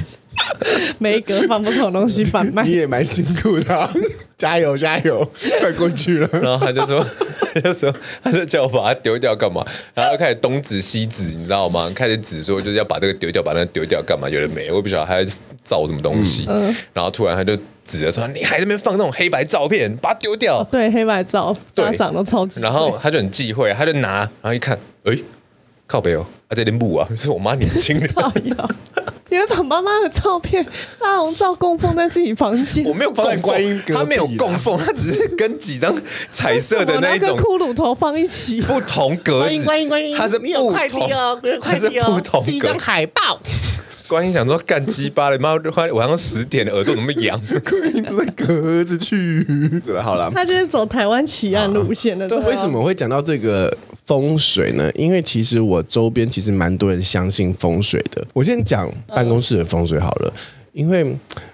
Speaker 2: 每一格放不同东西贩卖
Speaker 3: 你。也蛮辛苦的、啊，加油加 油，快过去了。
Speaker 1: 然后他就说， 他就说，他就叫我把它丢掉干嘛？然后他开始东指西指，你知道吗？开始指说就是要把这个丢掉，把那个丢掉干嘛？有人没，我也不晓得他在造什么东西。
Speaker 3: 嗯
Speaker 1: 然后突然他就指着说：“你还在那边放那种黑白照片，把它丢掉。
Speaker 3: 哦
Speaker 2: 对，黑白照家长都超级。
Speaker 1: 然后他就很忌讳，他就拿，然后一看，诶，靠北哦，啊这林布啊，是我妈年轻的，
Speaker 2: 靠腰，你会把妈妈的照片、沙龙照供奉在自己房间
Speaker 1: 我。没有
Speaker 3: 放在
Speaker 1: 供奉
Speaker 3: 观音隔壁啦啊
Speaker 1: 他没有供奉，他只是跟几张彩色的那一
Speaker 2: 为
Speaker 1: 种
Speaker 2: 什么我要跟骷髅头放一起。
Speaker 1: 不同格
Speaker 3: 观
Speaker 1: 子
Speaker 3: 音，观音观音，
Speaker 1: 它是
Speaker 3: 你有
Speaker 1: 不
Speaker 3: 快递
Speaker 1: 同
Speaker 3: 哦，有快递
Speaker 1: 它是不
Speaker 3: 哦
Speaker 1: 同，
Speaker 3: 是一张
Speaker 1: 格
Speaker 3: 海 报。
Speaker 1: 观音想说干鸡巴了，妈晚晚上十点了耳朵怎么 痒？
Speaker 3: 观音住在格子 去，好了。
Speaker 2: 他就是走台湾奇案路线的，
Speaker 3: 啊
Speaker 2: 啊
Speaker 3: 对，为什？么会讲到这个风水呢？因为其实我周边其实蛮多人相信风水的。我先讲办公室的风水好了，因为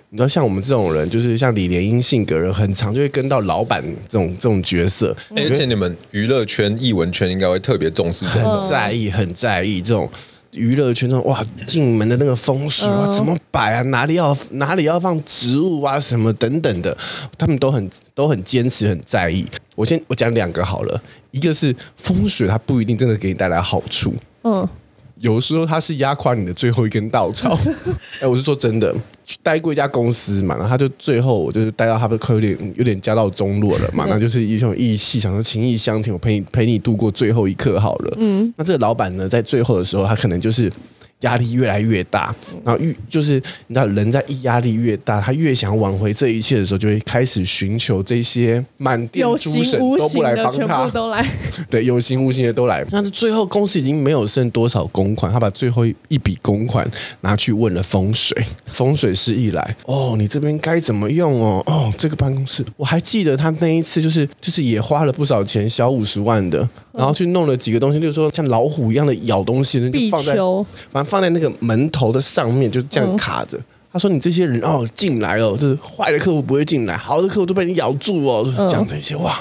Speaker 3: 你知道，像我们这种人，就是像李莲英性格人，很常就会跟到老板这种这种角色，
Speaker 1: 而且你们娱乐圈、艺文圈应该会特别重视这种。
Speaker 3: 很在意，很在意这种。娱乐圈这种哇，进门的那个风水啊，怎么摆啊，哪里要哪里要放植物啊，什么等等的，他们都很都很坚持，很在意。我先我讲两个好了，一个是风水，它不一定真的给你带来好处，
Speaker 2: 嗯，
Speaker 3: 有时候它是压垮你的最后一根稻 草。哎、我是说真的，去待过一家公司嘛，然后他就最后我就是待到他们快有点有点家道中落了
Speaker 2: 嗯
Speaker 3: 嘛，那就是一种义气，想说情义相挺，我陪你陪你度过最后一刻好了。嗯，那这个老板呢，在最后的时候，他可能就是。压力越来越大，
Speaker 2: 嗯
Speaker 3: 然后越就是你知道，人在一压力越大，他越想挽回这一切的时候，就会开始寻求这些满地
Speaker 2: 有
Speaker 3: 诸
Speaker 2: 形
Speaker 3: 神
Speaker 2: 无
Speaker 3: 都不
Speaker 2: 形
Speaker 3: 来
Speaker 2: 的
Speaker 3: 帮
Speaker 2: 全
Speaker 3: 他
Speaker 2: 部，都 来，
Speaker 3: 对，有形无形的都来。那最后公司已经没有剩多少公款，他把最后一笔公款拿去问了风水，风水师一来，哦，你这边该怎么用哦？哦，这个办公室，我还记得他那一次就是就是也花了不少钱，小五十万的，然后去弄了几个东西，就是说像老虎一样的咬东西，就
Speaker 2: 必
Speaker 3: 放在
Speaker 2: 修。
Speaker 3: 反正放在那个门头的上面，就是这样卡着。他说：“你这些人哦，进来哦，就是坏的客户不会进来，好的客户都被你咬住哦，就是这样的一些哇。”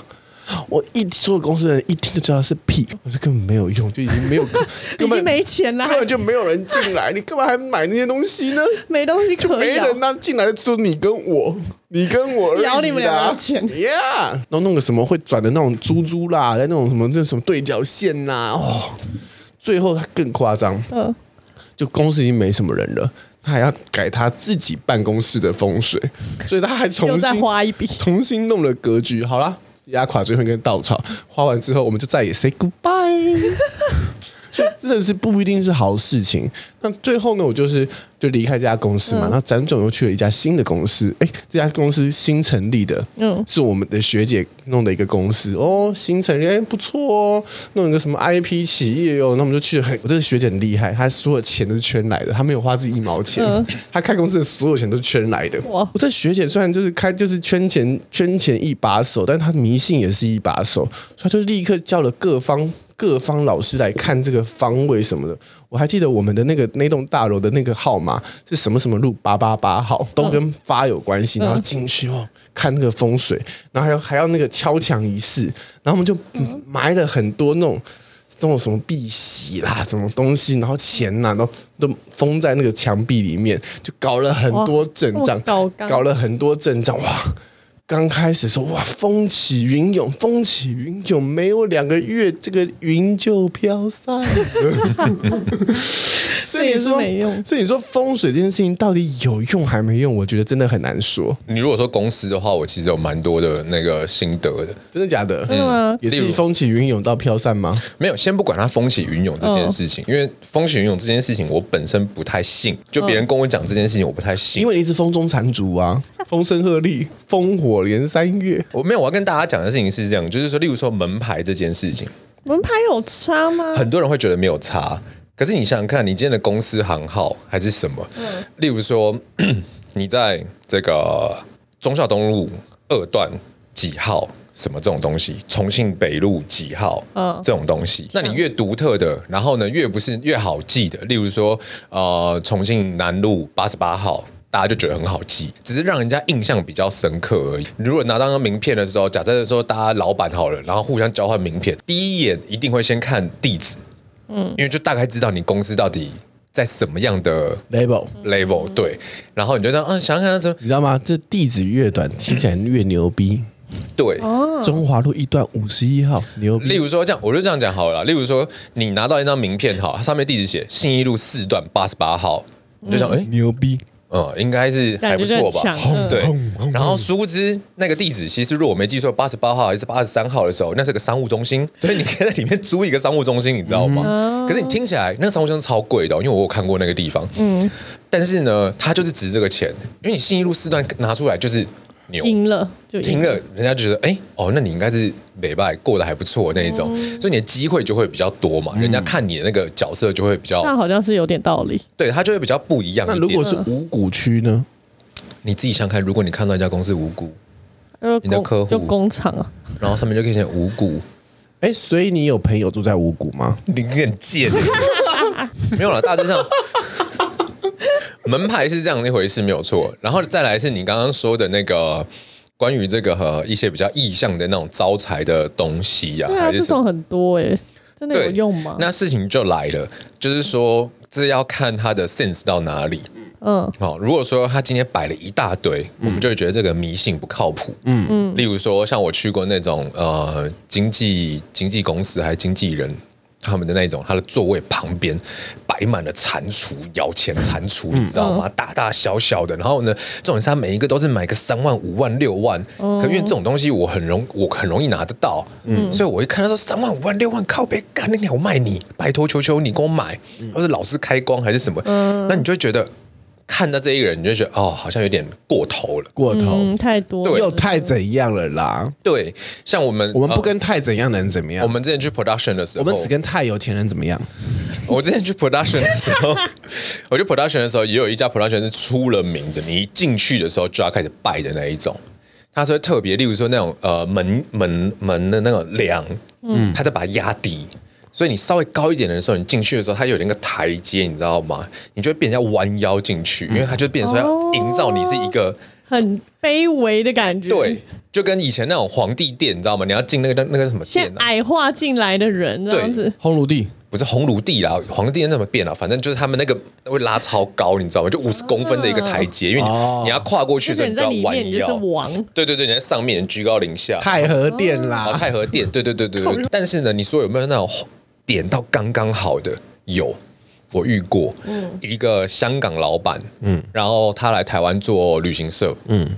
Speaker 3: 我一所有公司的人一听就知道是屁，我说根本没有用，就已经 没有
Speaker 2: 已
Speaker 3: 根本
Speaker 2: 经没钱了，
Speaker 3: 根本就没有人进来，你干嘛还买那些东西呢？
Speaker 2: 没东西可
Speaker 3: 没
Speaker 2: 以咬。啊
Speaker 3: 人那进来的只有你跟我，你跟我而已啦
Speaker 2: 咬你们两个钱
Speaker 3: ，Yeah，然后弄个什么会转的那种珠珠啦，那种什么那什么对角线啦，哦，最后他更夸张，
Speaker 2: 嗯，
Speaker 3: 就公司已经没什么人了，他还要改他自己办公室的风水，所以他还重
Speaker 2: 又再
Speaker 3: 新
Speaker 2: 花一 笔。
Speaker 3: 重新弄了格局。好啦，压垮最后一根稻草，花完之后我们就再也 say goodbye。所以真的是不一定是好事情。那最后呢，我就是就离开这家公
Speaker 2: 嗯
Speaker 3: 司嘛，然后辗转又去了一家新的公司。哎，这家公司新成立的，
Speaker 2: 嗯
Speaker 3: 是我们的学姐弄的一个公司哦，新成立哎不错哦，弄一个什么 IP 企业哦，那我们就去了 很。我这个学姐很厉害，她所有钱都是圈来的，她没有花自己一毛钱，
Speaker 2: 嗯
Speaker 3: 她开公司的所有钱都是圈来的。
Speaker 2: 哇
Speaker 3: 我这学姐虽然就是开就是圈钱圈钱一把手，但她迷信也是一把手，所以她就立刻叫了各方各方老师来看这个方位什么的。我还记得我们的那个那栋大楼的那个号码是什么什么路八八八号，都跟发有关系。然后进去哦，看那个风水，然后还要还要那个敲墙仪式，然后我们就埋了很多那种。那种什么碧玺啦，什么东西，然后钱呐、都都封在那个墙壁里面，就搞了很多阵
Speaker 2: 哇这
Speaker 3: 仗，
Speaker 2: 么高纲
Speaker 3: 搞了很多阵仗，哇！刚开始说哇，风起云涌，风起云涌，没有两个月，这个云就飘散 了。所以
Speaker 2: 这也
Speaker 3: 你
Speaker 2: 是
Speaker 3: 说
Speaker 2: 没用，
Speaker 3: 所以你说风水这件事情到底有用还没用？我觉得真的很难说，
Speaker 1: 你如果说公司的话，我其实有蛮多的那个心得的。
Speaker 3: 真的假的？
Speaker 2: 真的吗？
Speaker 3: 也
Speaker 1: 例
Speaker 3: 是
Speaker 1: 如
Speaker 3: 风起云涌到飘散吗？
Speaker 1: 没有，先不管它风起云涌这件事情，因为风起云涌这件事情我本身不太信，就别人跟我讲这件事情我不太信
Speaker 3: 因。为你一直风中残烛啊， 风声鹤唳，烽火连三月。
Speaker 1: 我没有，我要跟大家讲的事情是这样，就是说，例如说门牌这件事情，
Speaker 2: 门牌有差吗？
Speaker 1: 很多人会觉得没有差，可是你想想看，你今天的公司行号还是什么？例如说，你在这个忠孝东路二段几号什么这种东西，重庆北路几号，
Speaker 2: 嗯
Speaker 1: 这种东西，那你越独特的，然后呢越不是越好记的，例如说，呃，重庆南路八十八号。大家就觉得很好记，只是让人家印象比较深刻而已。如果拿到那名片的时候，假设说大家老板好了，然后互相交换名片，第一眼一定会先看地址，因为就大概知道你公司到底在什么样的
Speaker 3: label，
Speaker 1: level，对，然后你就这样，嗯、想想看什么，
Speaker 3: 你知道吗？这地址越短，听起来越牛逼。
Speaker 1: 对，
Speaker 2: 哦
Speaker 3: 中华路一段五十一号，牛
Speaker 1: 例
Speaker 3: 逼。
Speaker 1: 如说这样，我就这样讲好了啦。例如说，你拿到一张名片，好，它上面地址写信义路四段八十八号，你就想，哎、
Speaker 3: 牛逼！
Speaker 1: 嗯，应该是还不错吧
Speaker 2: 感觉就很强嗯？
Speaker 1: 对
Speaker 3: 轰轰。
Speaker 1: 然后殊不知那个地址，其实如果我没记错，八十八号还是八十三号的时候，那是个商务中心，所以你可以在里面租一个商务中心，你知道
Speaker 2: 嗯
Speaker 1: 吗？可是你听起来那个商务中心超贵的哦，因为我有看过那个地方。嗯，但是呢，它就是值这个钱，因为你信义路四段拿出来就是牛，
Speaker 2: 赢了就赢
Speaker 1: 听了，人家觉得哎、哦，那你应该是美拜过得还不错那一
Speaker 2: 哦
Speaker 1: 种，所以你的机会就会比较多嘛，
Speaker 2: 嗯
Speaker 1: 人家看你的那个角色就会比较，
Speaker 2: 那好像是有点道理。
Speaker 1: 对他就会比较不一样
Speaker 3: 那
Speaker 1: 一
Speaker 3: 如果
Speaker 1: 点。
Speaker 3: 是五股区呢？
Speaker 1: 你自己想看，如果你看到一家公司无辜，
Speaker 2: 呃
Speaker 1: 你的
Speaker 2: 工
Speaker 1: 客户
Speaker 2: 就工厂啊，
Speaker 1: 然后上面就可以写无 辜，
Speaker 3: 哎，所以你有朋友住在五股吗？
Speaker 1: 你很贱，欸 没有了，大致上。门牌是这样一回事，没有错。然后再来是你刚刚说的那个关于这个和一些比较意向的那种招财的东西呀、
Speaker 2: 对啊，
Speaker 1: 还是
Speaker 2: 这
Speaker 1: 什么
Speaker 2: 种很多
Speaker 3: 欸
Speaker 2: 哎，真的
Speaker 1: 对，
Speaker 2: 有用吗？
Speaker 1: 那事情就来了，就是说这要看他的 sense 到哪里。
Speaker 2: 嗯，
Speaker 1: 哦，如果说他今天摆了一大堆，我们就会觉得这个迷信不靠谱。嗯嗯，例如说像我去过那种呃经纪经纪公司还是经纪人他们的那一种，他的座位旁边摆满了蟾蜍、摇钱蟾蜍，你知道吗？大大小小的。然后呢，重点是他每一个都是买个三万、五万、六万。可因为这种东西我很容我很容易拿得到，所以我一看他说三万、五万、六万，靠背干那鸟我卖你，拜托求求你给我买，或者老师开光还是什么，那你就会觉得看到这一个人，你就觉得哦，好像有点过头了。
Speaker 3: 过头
Speaker 2: 嗯，太多了
Speaker 3: 又太怎样了啦？
Speaker 1: 对，像我们
Speaker 3: 我们不、
Speaker 1: 呃
Speaker 3: 跟太怎样的人怎么样
Speaker 1: 我？们之前去 production 的时
Speaker 3: 我
Speaker 1: 候，
Speaker 3: 们只跟太有钱人怎么样？
Speaker 1: 我之前去 production 的时 候，我去 production 的时候，也有一家 production 是出了名的，你一进去的时候就要开始拜的那一种。它是会特别，例如说那种呃门门门的那种梁，嗯，它在把它压低，所以你稍微高一点的时候，你进去的时候，它有那个台阶，你知道吗？你就会变成要弯腰进去，因为它就变成说
Speaker 3: 哦
Speaker 1: 要营造你是一个。
Speaker 2: 很卑微的感觉。
Speaker 1: 对，，就跟以前那种皇帝殿，你知道吗？你要进那个那个什么殿
Speaker 2: 先
Speaker 1: 啊？
Speaker 2: 矮化进来的人这样子，
Speaker 3: 烘炉地
Speaker 1: 不是红炉地啦，皇帝殿那么变啊？反正就是他们那个会拉超高，你知道吗？就五十公分的一个台阶，因为你、
Speaker 3: 哦
Speaker 1: 你要跨过去
Speaker 2: 就
Speaker 1: 的时
Speaker 2: 是
Speaker 1: 候，
Speaker 2: 你
Speaker 1: 就要
Speaker 2: 在里面，
Speaker 1: 弯
Speaker 2: 你就是
Speaker 1: 腰。
Speaker 3: 啊
Speaker 2: 王。
Speaker 1: 对对对，你在上面，你居高临下。
Speaker 3: 太和殿
Speaker 1: 哦，
Speaker 3: 啦，
Speaker 1: 太和殿，对对对对对。但是呢，你说有没有那种点到刚刚好的？有，我遇过，一个香港老板，嗯，然后他来台湾做旅行社，嗯，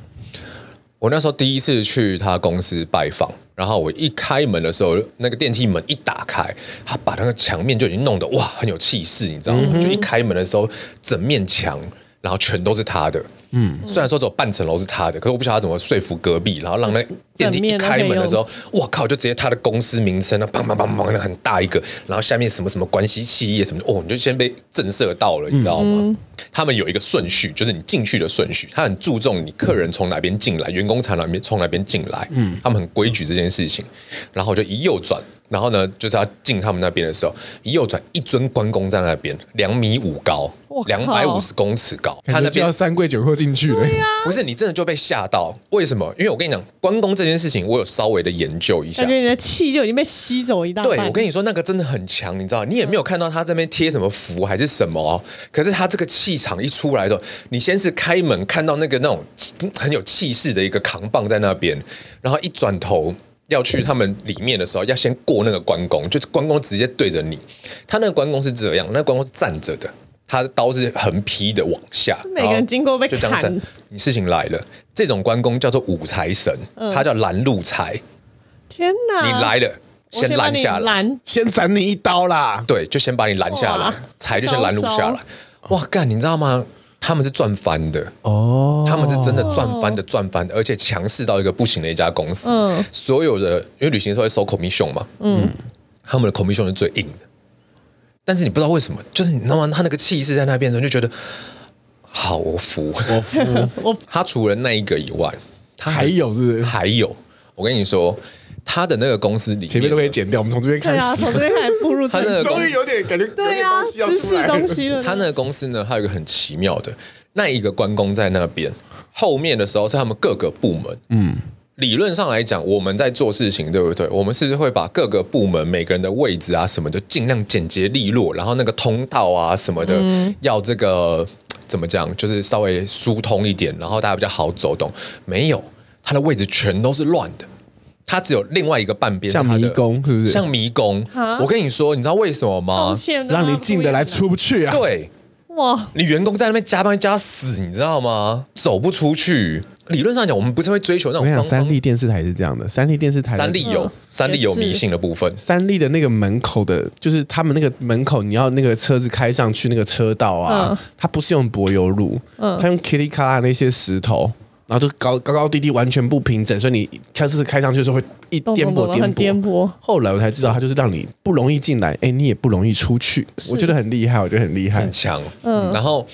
Speaker 1: 我那时候第一次去他公司拜访。然后我一开门的时候，那个电梯门一打开，他把那个墙面就已经弄得哇很有气势，你知道吗？就一开门的时候，整面墙然后全都是他的。嗯，虽然说只有半层楼是他的，可是我不晓得他怎么说服隔壁，然后让那电梯一开门的时候，哇靠！就直接他的公司名称，那砰砰砰砰，那很大一个，然后下面什么什么关系企业什么的，哦，你就先被震慑到了，你知道吗？
Speaker 3: 嗯
Speaker 1: 他们有一个顺序，就是你进去的顺序，他很注重你客人从哪边进来，员工从哪边从哪边进来，嗯，他们很规矩这件事情。然后我就一右转，然后呢，就是要进他们那边的时候，一右转，一尊关公在那边，两米五高
Speaker 2: 我，
Speaker 1: 两
Speaker 2: 靠
Speaker 1: 百五十公尺高，他
Speaker 3: 感
Speaker 1: 那
Speaker 3: 觉就
Speaker 1: 边
Speaker 3: 要三跪九叩进去了。
Speaker 1: 不是你真的就被吓到？为什么？因为我跟你讲，关公这件事情，我有稍微的研究一下
Speaker 2: 感。觉你的气就已经被吸走一大半。
Speaker 1: 对，我跟你说，那个真的很强，你知道，你也没有
Speaker 2: 嗯
Speaker 1: 看到他这边贴什么符还是什么、哦，可是他这个气场一出来的时候，你先是开门看到那个那种嗯很有气势的一个扛棒在那边，然后一转头。要去他们里面的时候，要先过那个关公，就是关公直接对着你。他那个关公是这样，那关公是站着的，他的刀是横劈的往下，
Speaker 2: 每个人经过被
Speaker 1: 就这样子
Speaker 2: 砍，
Speaker 1: 你事情来了，这种关公叫做五财神，
Speaker 2: 嗯
Speaker 1: 他叫拦路财。
Speaker 2: 天哪！
Speaker 1: 你来了，
Speaker 2: 啊我先把
Speaker 1: 拦
Speaker 2: 你
Speaker 1: 下来，
Speaker 2: 拦，
Speaker 3: 先斩你一刀啦！
Speaker 1: 对，就先把你拦下来
Speaker 2: 哇，
Speaker 1: 财就先拦路下
Speaker 2: 高
Speaker 1: 来。哇，干，你知道吗？他们是赚翻的哦，他们是真的赚翻的，赚翻的，而且强势到一个不行的一家公司。
Speaker 2: 嗯
Speaker 1: 所有的因为旅行社会收 commission 嘛，嗯，他们的 commission 是最硬的。但是你不知道为什么，就是你知道吗？他那个气势在那边的时候，你就觉得好，我服，我服。
Speaker 2: 我
Speaker 1: 他除了那一个以外，他
Speaker 3: 哦还有是不 是
Speaker 1: 还有，我跟你说，他的那个公司里面
Speaker 3: 前面都可以剪掉，我们从这边
Speaker 2: 对
Speaker 3: 开
Speaker 2: 啊，
Speaker 3: 始
Speaker 2: 从。这边开始步入
Speaker 1: 他
Speaker 2: 正
Speaker 1: 那
Speaker 2: 题。
Speaker 1: 个
Speaker 3: 终于有点感觉，有
Speaker 2: 对
Speaker 3: 点
Speaker 2: 啊
Speaker 3: 东，西要
Speaker 2: 知
Speaker 3: 出
Speaker 2: 识
Speaker 3: 来
Speaker 2: 东
Speaker 3: 了。
Speaker 2: 西了。
Speaker 1: 他那个公司呢，还有一个很奇妙的，那一个关公在那边，后面的时候是他们各个部门，嗯。理论上来讲，我们在做事情，对不对？我们是不是会把各个部门每个人的位置啊什么的，尽量简洁利落，然后那个通道啊什么的，
Speaker 3: 嗯
Speaker 1: 要这个怎么讲，就是稍微疏通一点，然后大家比较好走动。没有，他的位置全都是乱的，他只有另外一个半边
Speaker 3: 像
Speaker 1: 是他的
Speaker 3: 迷宫是不是
Speaker 1: 像迷宫
Speaker 2: 啊。
Speaker 1: 我跟你说，你知道为什么吗
Speaker 2: 动？线都
Speaker 3: 让你进得来出不去啊！
Speaker 1: 对。
Speaker 2: 哇，
Speaker 1: 你员工在那边加班加死，你知道吗？走不出去。理论上讲，我们不是会追求那
Speaker 3: 我
Speaker 1: 种
Speaker 3: 想
Speaker 1: 方
Speaker 3: 三
Speaker 1: 方
Speaker 3: 立电视台是这样的，三立电视台的
Speaker 1: 三立有
Speaker 2: 嗯
Speaker 1: 三立有
Speaker 2: 也是
Speaker 1: 迷信的部分，
Speaker 3: 三立的那个门口的，就是他们那个门口，你要那个车子开上去那个车道啊，
Speaker 2: 嗯
Speaker 3: 它不是用柏油路，
Speaker 1: 嗯
Speaker 3: 它用 k i t 卡拉那些石头，然后就高高高低低完全不平整，所以你开车子开上去的时候会一
Speaker 2: 动
Speaker 3: 颠
Speaker 2: 动
Speaker 3: 簸
Speaker 2: 动很
Speaker 3: 颠
Speaker 2: 颠。
Speaker 3: 簸
Speaker 2: 簸。
Speaker 3: 后来我才知道，它就是让你不容易进来，哎，你也不容易出去。我觉得很厉害，我觉得很厉害
Speaker 1: 很。强。嗯，然后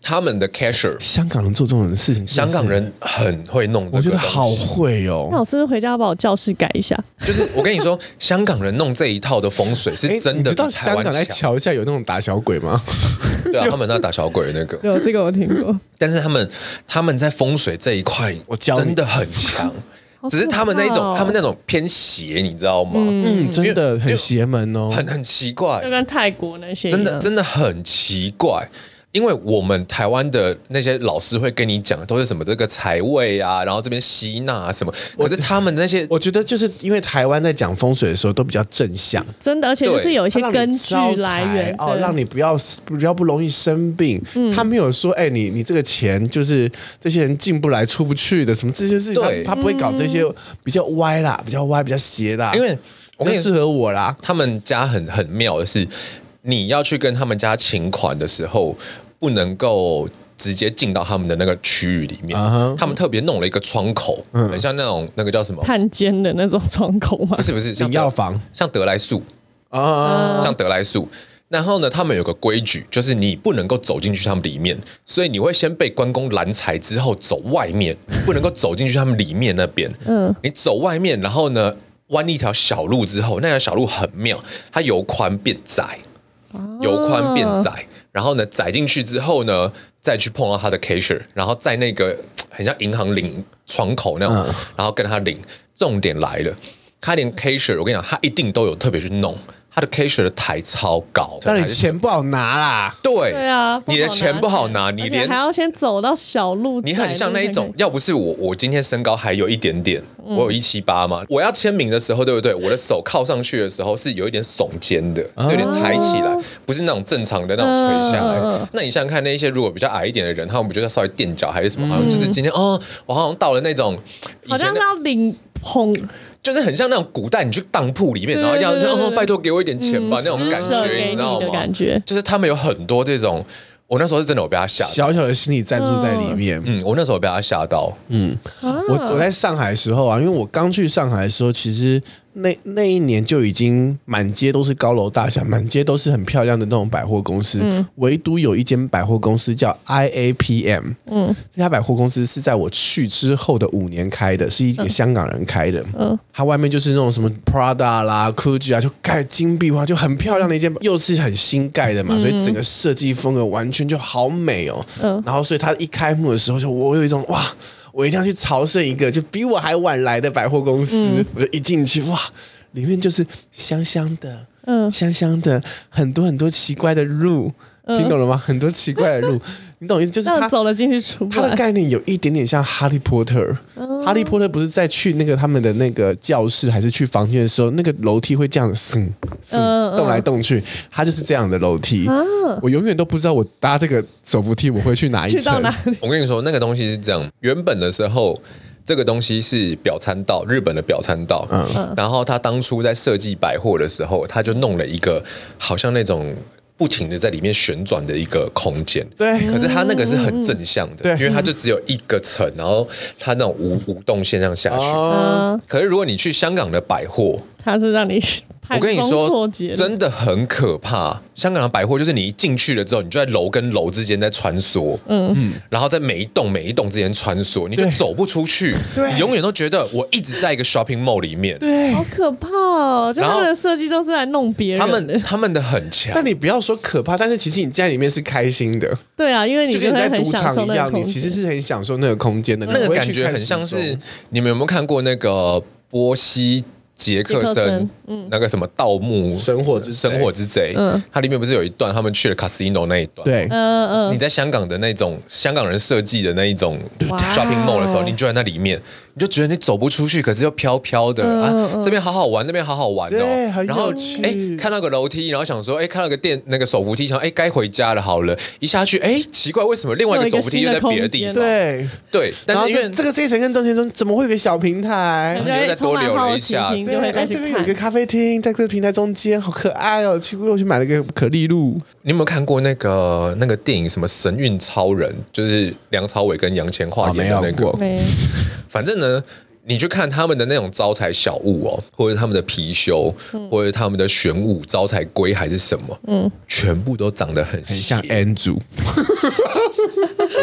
Speaker 1: 他们的 cashier，
Speaker 3: 香港人做这种事情，真
Speaker 1: 香
Speaker 3: 的是
Speaker 1: 港，人很会弄这个东
Speaker 3: 我
Speaker 1: 西，
Speaker 3: 觉得好会哦。
Speaker 2: 那我是不是回家把我教室改 一下？
Speaker 1: 就是我跟你说，香港人弄这一套的风水
Speaker 3: 哎
Speaker 1: 是真
Speaker 3: 你
Speaker 1: 的比
Speaker 3: 知道
Speaker 1: 台
Speaker 3: 香
Speaker 1: 湾
Speaker 3: 港在
Speaker 1: 强。
Speaker 3: 桥下有那种打小鬼吗？
Speaker 1: 对啊，他们那打小鬼那个，
Speaker 2: 有这个我听过，
Speaker 1: 但是他们他们在风水这一块，
Speaker 3: 我教你
Speaker 1: 真的很强。
Speaker 2: 好
Speaker 1: 只是他们那一
Speaker 2: 可怕
Speaker 1: 种
Speaker 2: 哦，
Speaker 1: 他们那种偏邪，你知道吗？
Speaker 3: 嗯，真
Speaker 1: 因
Speaker 3: 的
Speaker 1: 为
Speaker 3: 很邪门哦，
Speaker 1: 很很奇怪
Speaker 3: 嗯
Speaker 2: 就。跟泰国那些一
Speaker 1: 真
Speaker 2: 样
Speaker 1: 的真的很奇怪。因为我们台湾的那些老师会跟你讲，都是什么这个财位啊，然后这边吸纳、啊、什么，可是他们那些
Speaker 3: 我觉得就是因为台湾在讲风水的时候都比较正向，
Speaker 2: 真的，而且
Speaker 1: 对
Speaker 2: 就是有一些
Speaker 3: 它让你
Speaker 2: 根据
Speaker 3: 招财
Speaker 2: 来源
Speaker 3: 哦，让
Speaker 2: 你
Speaker 3: 你不要比较不容易生病。他没有说，哎、你你这个钱就是这些人进不来出不去的，什么这些事情，
Speaker 1: 对
Speaker 3: 他他不会搞这些比较歪啦，比较歪，比较邪啦，
Speaker 1: 因为我跟
Speaker 3: 比较
Speaker 1: 你
Speaker 3: 适合我啦。
Speaker 1: 他们家很很妙的是，你要去跟他们家请款的时候，不能够直接进到他们的那个区域里面
Speaker 3: 啊哈嗯
Speaker 1: 他们特别弄了一个窗口，很像那种那个叫什么？
Speaker 2: 探监的那种窗口嘛
Speaker 1: 不。是不是，像
Speaker 3: 领药房
Speaker 1: 像德莱素，
Speaker 3: 啊，
Speaker 1: 像德莱素。然后呢，他们有个规矩，就是你不能够走进去他们里面，所以你会先被关公拦财之后走外面，不能够走进去他们里面那边。嗯，你走外面，然后呢，弯一条小路之后，那条小路很妙，它由宽变窄，由宽变
Speaker 3: 嗯
Speaker 1: 窄，然后呢，窄进去之后呢，再去碰到他的 cashier，然后在那个很像银行领窗口那种，
Speaker 3: 嗯
Speaker 1: 然后跟他领。重点来了，他连 cashier，我跟你讲，他一定都有特别去弄。他的 cashier 的台超高，
Speaker 3: 让你钱不好拿啦。
Speaker 1: 对
Speaker 2: 对啊，
Speaker 1: 你的
Speaker 2: 拿
Speaker 1: 钱不好拿，
Speaker 2: 而
Speaker 1: 你
Speaker 2: 且
Speaker 1: 连
Speaker 2: 还要先走到小路窄
Speaker 1: 你
Speaker 2: 路才可以，
Speaker 1: 很像那一种，要不是我，我今天身高还有一点点，
Speaker 2: 嗯
Speaker 1: 我有一七八嘛，我要签名的时候，对不对？我的手靠上去的时候是有一点耸肩的，有点抬起来，不是那种正常的那种垂下来。
Speaker 2: 啊嗯嗯嗯
Speaker 1: 那你想想看，那一些如果比较矮一点的人，他们不就是稍微垫脚还是什么？好像就是今天哦，我好像到了那种以
Speaker 2: 嗯好
Speaker 1: 前
Speaker 2: 像
Speaker 1: 的
Speaker 2: 要领捧
Speaker 1: 就是很像那种古代你去当铺里面，然后要
Speaker 2: 对对对对嗯
Speaker 1: 哦，
Speaker 2: 对
Speaker 1: 拜托给我一点钱吧、那种感
Speaker 2: 施舍
Speaker 1: 觉，
Speaker 2: 给
Speaker 1: 你
Speaker 2: 你
Speaker 1: 知道
Speaker 2: 的
Speaker 1: 吗？
Speaker 2: 感觉。
Speaker 1: 就是他们有很多这种，我那时候是真的有被他吓到。
Speaker 3: 小小的心理赞助在里面。
Speaker 1: 嗯，我那时候有被他吓到，
Speaker 3: 我我在上海的时候啊，因为我刚去上海的时候，其实那那一年就已经满街都是高楼大厦，满街都是很漂亮的那种百货公司，唯独有一间百货公司叫 IAPM。嗯，这家百货公司是在我去之后的五年开的，是一个香港人开的。嗯，它外面就是那种什么 Prada 啦、Gucci 啊，就盖金碧花，就很漂亮的一间，又是很新盖的嘛，所以整个设计风格完全就好美哦。
Speaker 2: 嗯
Speaker 3: 然后所以它一开幕的时候，就我有一种哇。我一定要去朝圣一个就比我还晚来的百货公司。
Speaker 2: 嗯
Speaker 3: 我就一进去，哇，里面就是香香的，
Speaker 2: 嗯
Speaker 3: 香香的，很多很多奇怪的路，
Speaker 2: 嗯
Speaker 3: 听懂了吗？很多奇怪的 路，你懂我意思？就是
Speaker 2: 这样
Speaker 3: 它
Speaker 2: 走了进去出不
Speaker 3: 它的
Speaker 2: 来，
Speaker 3: 概念有一点点像哈利波特。
Speaker 2: 哦
Speaker 3: 哈利波特不是在去那个他们的那个教室还是去房间的时候，那个楼梯会这样子嗯
Speaker 2: 嗯啊
Speaker 3: 嗯动来动去，它就是这样的楼梯。我永远都不知道我搭这个手扶梯我会去 哪一
Speaker 2: 去到
Speaker 3: 层
Speaker 2: 哪。里？
Speaker 1: 我跟你说，那个东西是这样，原本的时候。这个东西是表参道，日本的表参道。嗯，然后他当初在设计百货的时候，他就弄了一个好像那种不停的在里面旋转的一个空间。
Speaker 3: 对
Speaker 1: 可是他那个是很正向的，
Speaker 3: 对
Speaker 1: 因为它就只有一个层，然后它那种无无动现象
Speaker 2: 嗯
Speaker 1: 下去。
Speaker 3: 哦，
Speaker 1: 可是如果你去香港的百货，
Speaker 2: 他是让你
Speaker 1: 我
Speaker 2: 盘
Speaker 1: 跟你
Speaker 2: 中
Speaker 1: 说
Speaker 2: 错，节，
Speaker 1: 真的很可怕。香港的百货就是你一进去了之后，你就在楼跟楼之间在穿梭，嗯嗯，然后在每一栋每一栋之间穿梭，你就
Speaker 3: 对
Speaker 1: 走不出去，
Speaker 3: 对
Speaker 1: 你永远都觉得我一直在一个 shopping mall 里面。
Speaker 3: 对
Speaker 2: 好可怕哦！就
Speaker 1: 然
Speaker 2: 他
Speaker 1: 后
Speaker 2: 们的设计都是来弄别人
Speaker 1: 他
Speaker 2: 的，
Speaker 1: 们他们的很强
Speaker 3: 但，你不要说可怕，但是其实你在里面是开心的，
Speaker 2: 对啊，因为你
Speaker 3: 就跟你
Speaker 2: 会
Speaker 3: 在
Speaker 2: 很
Speaker 3: 赌
Speaker 2: 享受
Speaker 3: 场一
Speaker 2: 那个
Speaker 3: 样，
Speaker 2: 空
Speaker 3: 你
Speaker 2: 间
Speaker 3: 其实是很享受那个空间的，
Speaker 1: 那
Speaker 3: 你
Speaker 1: 个
Speaker 3: 不会
Speaker 1: 感
Speaker 3: 去
Speaker 1: 觉
Speaker 3: 看
Speaker 1: 很
Speaker 3: 时
Speaker 1: 像是
Speaker 3: 钟
Speaker 1: 你们有没有看过那个波西？杰克
Speaker 2: 杰克
Speaker 1: 森
Speaker 2: 森，
Speaker 1: 那个什么盗墓
Speaker 3: 神火之
Speaker 1: 神火之贼，嗯，它里面不是有一段他们去了 casino 那一段，
Speaker 3: 对，
Speaker 2: 嗯嗯，
Speaker 1: 你在香港的那种香港人设计的那一种
Speaker 2: 哇
Speaker 1: shopping mall 的时候，你就在那里面，你就觉得你走不出去，可是又飘飘的、
Speaker 2: 嗯
Speaker 1: 啊，这边好好玩，那边好好玩
Speaker 3: 对
Speaker 1: 哦。
Speaker 3: 很有
Speaker 1: 然后
Speaker 3: 趣
Speaker 1: 哎，看到个楼梯，然后想说，哎，看到个电那个手扶梯，想哎该回家了，好了，一下去，哎，奇怪，为什么另外一个手扶梯又在别的地方？
Speaker 2: 又
Speaker 3: 对，
Speaker 1: 对，但
Speaker 3: 然后
Speaker 1: 是因为
Speaker 3: 这这个这一层跟中间中怎么会有个小平台
Speaker 2: 感？
Speaker 1: 你又
Speaker 2: 觉
Speaker 1: 再多
Speaker 2: 充满
Speaker 1: 留了
Speaker 2: 好
Speaker 1: 一
Speaker 2: 奇
Speaker 1: 下
Speaker 2: 心，
Speaker 1: 对
Speaker 2: 就会
Speaker 3: 哎
Speaker 2: 再
Speaker 3: 这边
Speaker 2: 去
Speaker 3: 有一个
Speaker 2: 看。
Speaker 3: 咖啡厅，在这个平台中间，好可爱哦！去过我去买了一个可丽露，
Speaker 1: 你有没有看过那个那个电影什么《神韵超人》，就是梁朝伟跟杨千嬅
Speaker 3: 啊
Speaker 1: 演
Speaker 3: 没
Speaker 1: 的
Speaker 3: 有
Speaker 1: 那个
Speaker 3: 过？
Speaker 2: 没，
Speaker 1: 反正呢，你去看他们的那种招财小物哦，或者他们的貔貅，或者他们的玄武招财龟还是什么，嗯，全部都长得很
Speaker 3: 很像
Speaker 1: 像。
Speaker 3: N 组，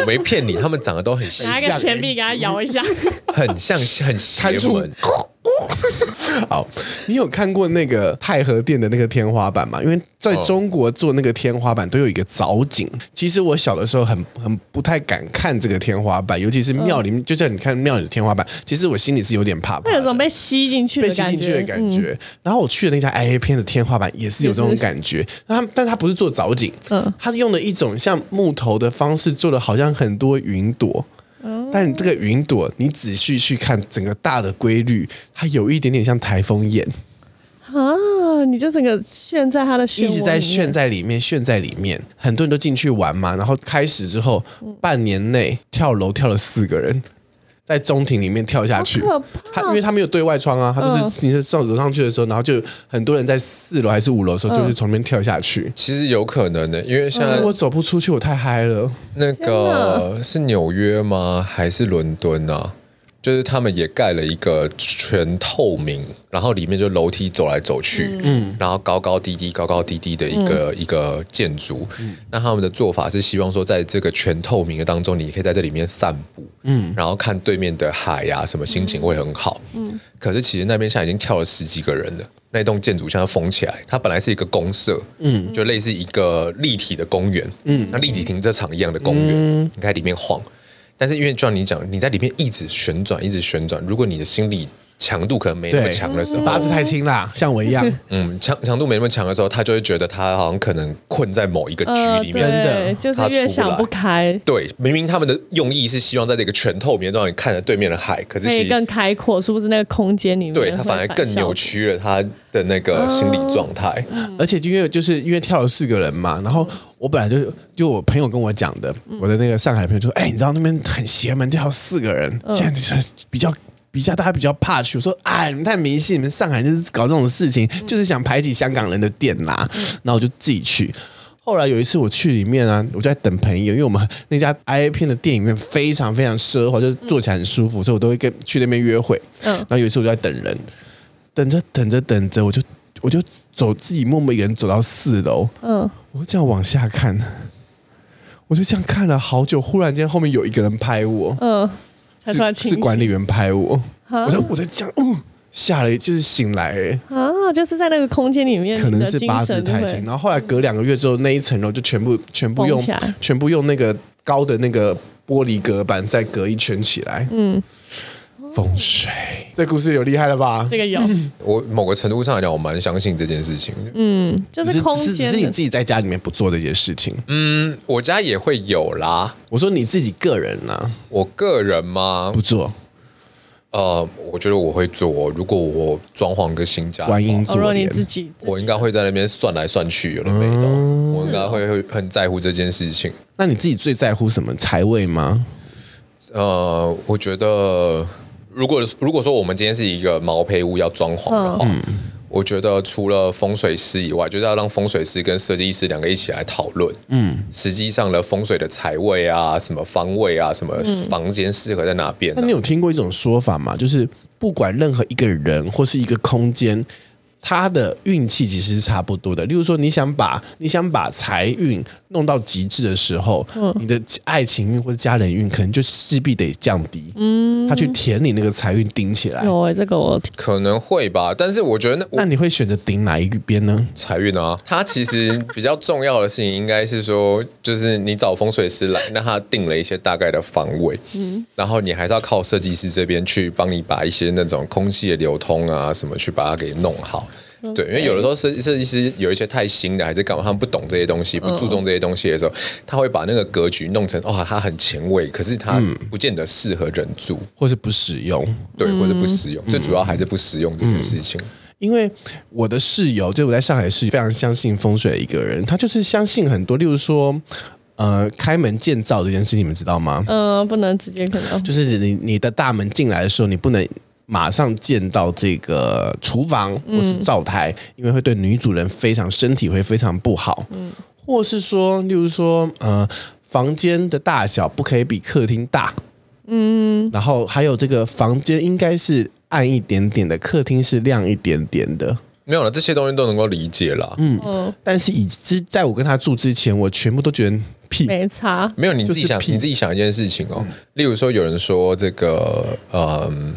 Speaker 1: 我没骗 你，他们长得都很像
Speaker 2: 拿一个钱币给他摇一下，
Speaker 1: 很像很邪
Speaker 3: 弹出
Speaker 1: 门。，
Speaker 3: 咕咕 好，你有看过那个太和殿的那个天花板吗？因为在中国做那个天花板都有一个藻井。其实我小的时候很很不太敢看这个天花板，尤其是庙里面，就像你看庙里的天花板，其实我心里是有点怕怕
Speaker 2: 会有种
Speaker 3: 的。
Speaker 2: 被吸进去
Speaker 3: 被
Speaker 2: 的
Speaker 3: 吸
Speaker 2: 感
Speaker 3: 进去
Speaker 2: 觉，嗯
Speaker 3: 的感觉，然后我去的那家 IA 片的天花板也是有这种感觉。那它，但它不是做藻井，
Speaker 2: 嗯
Speaker 3: 它是用了一种像木头的方式做的，好像很多云朵。
Speaker 2: 哦
Speaker 3: 但这个云朵，你仔细去看整个大的规律，它有一点点像台风眼，
Speaker 2: 啊！你就整个陷在他的漩涡
Speaker 3: 一直在
Speaker 2: 里面
Speaker 3: 炫在里面，炫在里面。很多人都进去玩嘛，然后开始之后，
Speaker 2: 嗯
Speaker 3: 半年内跳楼跳了四个人，在中庭里面跳下去。
Speaker 2: 好可怕哦
Speaker 3: 他因为他没有对外窗啊，他就是你是上走上去的时候，然后就很多人在四楼还是五楼的时候，就是从那边跳下去。
Speaker 1: 其实有可能的、因为现在
Speaker 3: 我走不出去，我太嗨了。
Speaker 1: 那个是纽约吗？还是伦敦啊？就是他们也盖了一个全透明，然后里面就楼梯走来走去，嗯，然后高高低低、高高低低的一个、一个建筑。那他们的做法是希望说，在这个全透明的当中，你可以在这里面散步，嗯，然后看对面的海呀、什么心情会很好，嗯。可是其实那边现在已经跳了十几个人了。那栋建筑现在封起来，它本来是一个公社，嗯，就类似一个立体的公园，嗯，那立体停车场一样的公园，你可以在里面晃。但是因为就像你讲，你在里面一直旋转，一直旋转，如果你的心理强度可能没那么
Speaker 3: 对嗯
Speaker 1: 强的时候，
Speaker 3: 八字太轻啦，像我一样。
Speaker 1: 嗯，强强度没那么强的时候，他就会觉得他好像可能困在某一个
Speaker 2: 呃，
Speaker 1: 局里面。
Speaker 3: 真的
Speaker 2: 对，就是越想不开，
Speaker 1: 对，明明他们的用意是希望在这个全透明的状态看着对面的海，可是
Speaker 2: 可
Speaker 1: 其
Speaker 2: 以
Speaker 1: 实
Speaker 2: 更开阔，是不是那个空间里面
Speaker 1: 对他反而
Speaker 2: 会
Speaker 1: 更
Speaker 2: 反
Speaker 1: 扭
Speaker 2: 效
Speaker 1: 曲了他的那个心理状态。
Speaker 2: 嗯
Speaker 3: 而且就因为就是因为跳了四个人嘛，然后我本来就就我朋友跟我讲的，我的那个上海的朋友就说，哎、你知道那边很邪门，跳四个人，现在就是比较。比较大家比较怕去，我说哎，你们太迷信，你们上海就是搞这种事情，就是想排挤香港人的店啦。然后我就自己去。后来有一次我去里面啊，我就在等朋友，因为我们那家 I A 片的店里面非常非常奢华，就是坐起来很舒服，所以我都会跟去那边约会。
Speaker 2: 嗯
Speaker 3: 然后有一次我就在等人，等着等着等着，我就我就走自己默默一个人走到四楼，
Speaker 2: 嗯，
Speaker 3: 我就这样往下看，我就这样看了好久，忽然间后面有一个人拍我，
Speaker 2: 嗯，才突然
Speaker 3: 是
Speaker 2: 清
Speaker 3: 是管
Speaker 2: 醒
Speaker 3: 理员拍我，我就我在这样，嗯，吓了一就是醒来、欸
Speaker 2: 啊，就是在那个空间里面，
Speaker 3: 可
Speaker 2: 嗯
Speaker 3: 能
Speaker 2: 你的
Speaker 3: 是
Speaker 2: 精
Speaker 3: 八字
Speaker 2: 神就
Speaker 3: 太
Speaker 2: 会
Speaker 3: 轻，然后后来隔两个月之后，那一层楼就全部全部用
Speaker 2: 封起来
Speaker 3: 全部用那个高的那个玻璃隔板再隔一圈起来，嗯，风水，这故事有厉害了吧？
Speaker 2: 这个 有，
Speaker 1: 我某个程度上来讲，我蛮相信这件事情的。
Speaker 2: 就
Speaker 3: 只
Speaker 2: 是空
Speaker 3: 只
Speaker 2: 间
Speaker 3: 只是你
Speaker 2: 的
Speaker 3: 自己在家里面不做这些事情，
Speaker 1: 嗯，我家也会有啦。
Speaker 3: 我说你自己个人呢、
Speaker 1: 我个人嘛
Speaker 3: 不，做
Speaker 1: 呃，我觉得我会做。如果我装潢个新家的话，
Speaker 3: 观音
Speaker 2: 哦，如
Speaker 3: 坐
Speaker 2: 果你
Speaker 3: 莲，
Speaker 2: 自己
Speaker 1: 我应该会在那边算来算去，有的没的。
Speaker 3: 嗯
Speaker 1: 我应该会会很在乎这件事情。
Speaker 3: 那你自己最在乎什么财位吗？
Speaker 1: 呃，我觉得如果如果说我们今天是一个毛坯屋要装潢的
Speaker 3: 嗯
Speaker 1: 话，我觉得除了风水师以外，就是要让风水师跟设计师两个一起来讨论。嗯，实际上的风水的财位啊，什么方位啊，什么
Speaker 3: 嗯
Speaker 1: 房间适合在哪边、
Speaker 3: 那
Speaker 1: 啊
Speaker 3: 你有听过一种说法吗？就是不管任何一个人或是一个空间，他的运气其实是差不多的。例如说，你想把你想把财运弄到极致的时候，
Speaker 2: 嗯
Speaker 3: 你的爱情运或者家人运可能就势必得降低，嗯，他去填你那个财运顶起来。
Speaker 2: 有哎、这个我
Speaker 1: 可能会吧，但是我觉得那我
Speaker 3: 那你会选择顶哪一边呢？
Speaker 1: 财运啊，它其实比较重要的事情应该是说，就是你找风水师来，那他定了一些大概的方位，嗯，然后你还是要靠设计师这边去帮你把一些那种空气的流通啊什么去把它给弄好。对，因为有的时候设设计师有一些太新的还是干嘛，他们不懂这些东西，不注重这些东西的时候，他会把那个格局弄成哇、它很前卫，可是它不见得适合人住，
Speaker 3: 或是不使用？
Speaker 1: 对，或者不实用。最主要还是不实用这件事情。
Speaker 3: 因为我的室友，就我在上海是非常相信风水的一个人，他就是相信很多，例如说，呃，开门见灶这件事，你们知道吗？
Speaker 2: 嗯、不能直接可能
Speaker 3: 就是你你的大门进来的时候，你不能马上见到这个厨房或是灶台，因为会对女主人非常身体会非常不好。嗯，或是说，例如说，呃，房间的大小不可以比客厅大。嗯，然后还有这个房间应该是暗一点点的，客厅是亮一点点的。
Speaker 1: 没有了，这些东西都能够理解啦。嗯，
Speaker 3: 但是以之在我跟他住之前，我全部都觉得屁。
Speaker 2: 没差，
Speaker 1: 没有，你自己
Speaker 3: 就是
Speaker 1: 想，
Speaker 3: 屁
Speaker 1: 你自己想一件事情哦。例如说，有人说这个，嗯，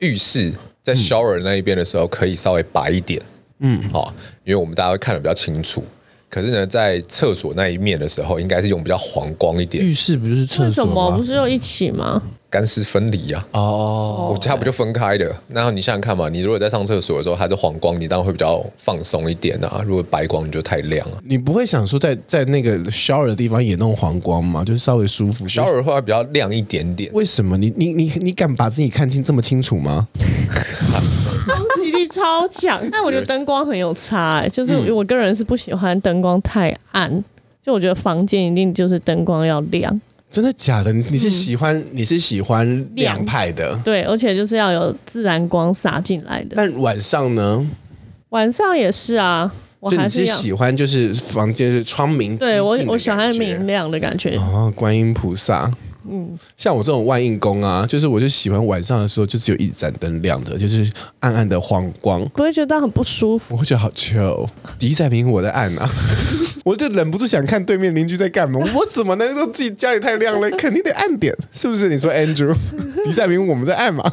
Speaker 1: 浴室在 shower 那一边的时候可以稍微白一点，嗯，好、因为我们大家会看得比较清楚。可是呢，在厕所那一面的时候，应该是用比较黄光一点，
Speaker 4: 浴室不就是
Speaker 2: 为
Speaker 4: 厕
Speaker 2: 什
Speaker 4: 所
Speaker 2: 么
Speaker 4: 吗
Speaker 2: 不？是又一起吗？
Speaker 1: 干湿分离啊。
Speaker 4: 哦，
Speaker 1: 我家不就分开的？然后你想想看嘛，你如果在上厕所的时候它是黄光，你当然会比较放松一点啊。如果白光，你就太亮啊。
Speaker 3: 你不会想说在在那个 shower 的地方也弄黄光吗？就是稍微舒服。
Speaker 1: 小耳的话比较亮一点点，
Speaker 3: 为什么你你你你敢把自己看清这么清楚吗？
Speaker 2: 攻击力超强。 但我觉得灯光很有差、欸，就是
Speaker 3: 嗯
Speaker 2: 我个人是不喜欢灯光太暗，就我觉得房间一定就是灯光要亮，
Speaker 3: 真的假的？你你
Speaker 2: 嗯
Speaker 3: 是喜欢、你是喜欢亮派的，
Speaker 2: 对，而且就是要有自然光洒进来的。
Speaker 3: 但晚上呢？
Speaker 2: 晚上也是啊，我
Speaker 3: 就
Speaker 2: 还
Speaker 3: 你是
Speaker 2: 要
Speaker 3: 喜欢就是房间是窗明
Speaker 2: 对我
Speaker 3: 几净的
Speaker 2: 我喜欢
Speaker 3: 感觉
Speaker 2: 明亮的感觉，
Speaker 3: 哦，观音菩萨。嗯，像我这种万应功啊，就是我就喜欢晚上的时候就只有一盏灯亮着，就是暗暗的黄光，
Speaker 2: 不会觉得很不舒服。
Speaker 3: 我会觉得好 chill。敌在明，我在暗啊， 我就忍不住想看对面邻居在干嘛。我怎么能说自己家里太亮了？肯定得暗点，是不是？你 说 Andrew，敌在明，我们在暗嘛？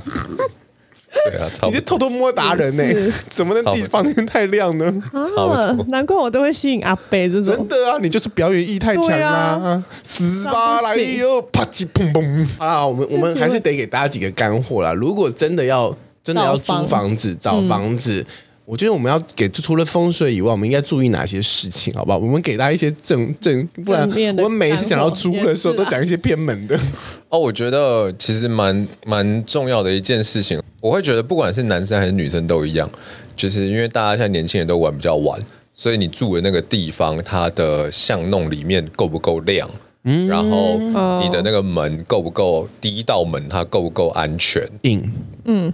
Speaker 1: 对啊，差
Speaker 3: 你
Speaker 1: 不
Speaker 3: 就
Speaker 1: 多。
Speaker 3: 偷偷摸达人呢、
Speaker 2: 是
Speaker 3: 怎么能自己房间太亮呢？
Speaker 1: 差
Speaker 2: 啊
Speaker 1: 不多，
Speaker 2: 难怪我都会吸引阿贝这
Speaker 3: 真
Speaker 2: 种。
Speaker 3: 的啊，你就是表演意太强
Speaker 2: 对
Speaker 3: 啊！死吧，
Speaker 2: 那
Speaker 3: 来
Speaker 2: 不行
Speaker 3: 哟，啪叽砰 砰！好啦，啊我们我们
Speaker 2: 这
Speaker 3: 还是得给大家几个干货啦。如果真的要真的要
Speaker 2: 找房
Speaker 3: 租房子、找房子，我觉得我们要给除了风水以外，我们应该注意哪些事情，好不好？我们给大家一些正正，不然
Speaker 2: 正面的
Speaker 3: 我们每一次讲到租的时候，
Speaker 2: 干货也是
Speaker 3: 都
Speaker 2: 啊
Speaker 3: 讲一些偏门 的。
Speaker 1: 哦，我觉得其实蛮蛮重要的一件事情，我会觉得不管是男生还是女生都一样，就是因为大家现在年轻人都玩比较晚，所以你住的那个地方，它的巷弄里面够不够亮？嗯，然后你的那个门够不够第一道门，它够不够安全？
Speaker 3: 硬，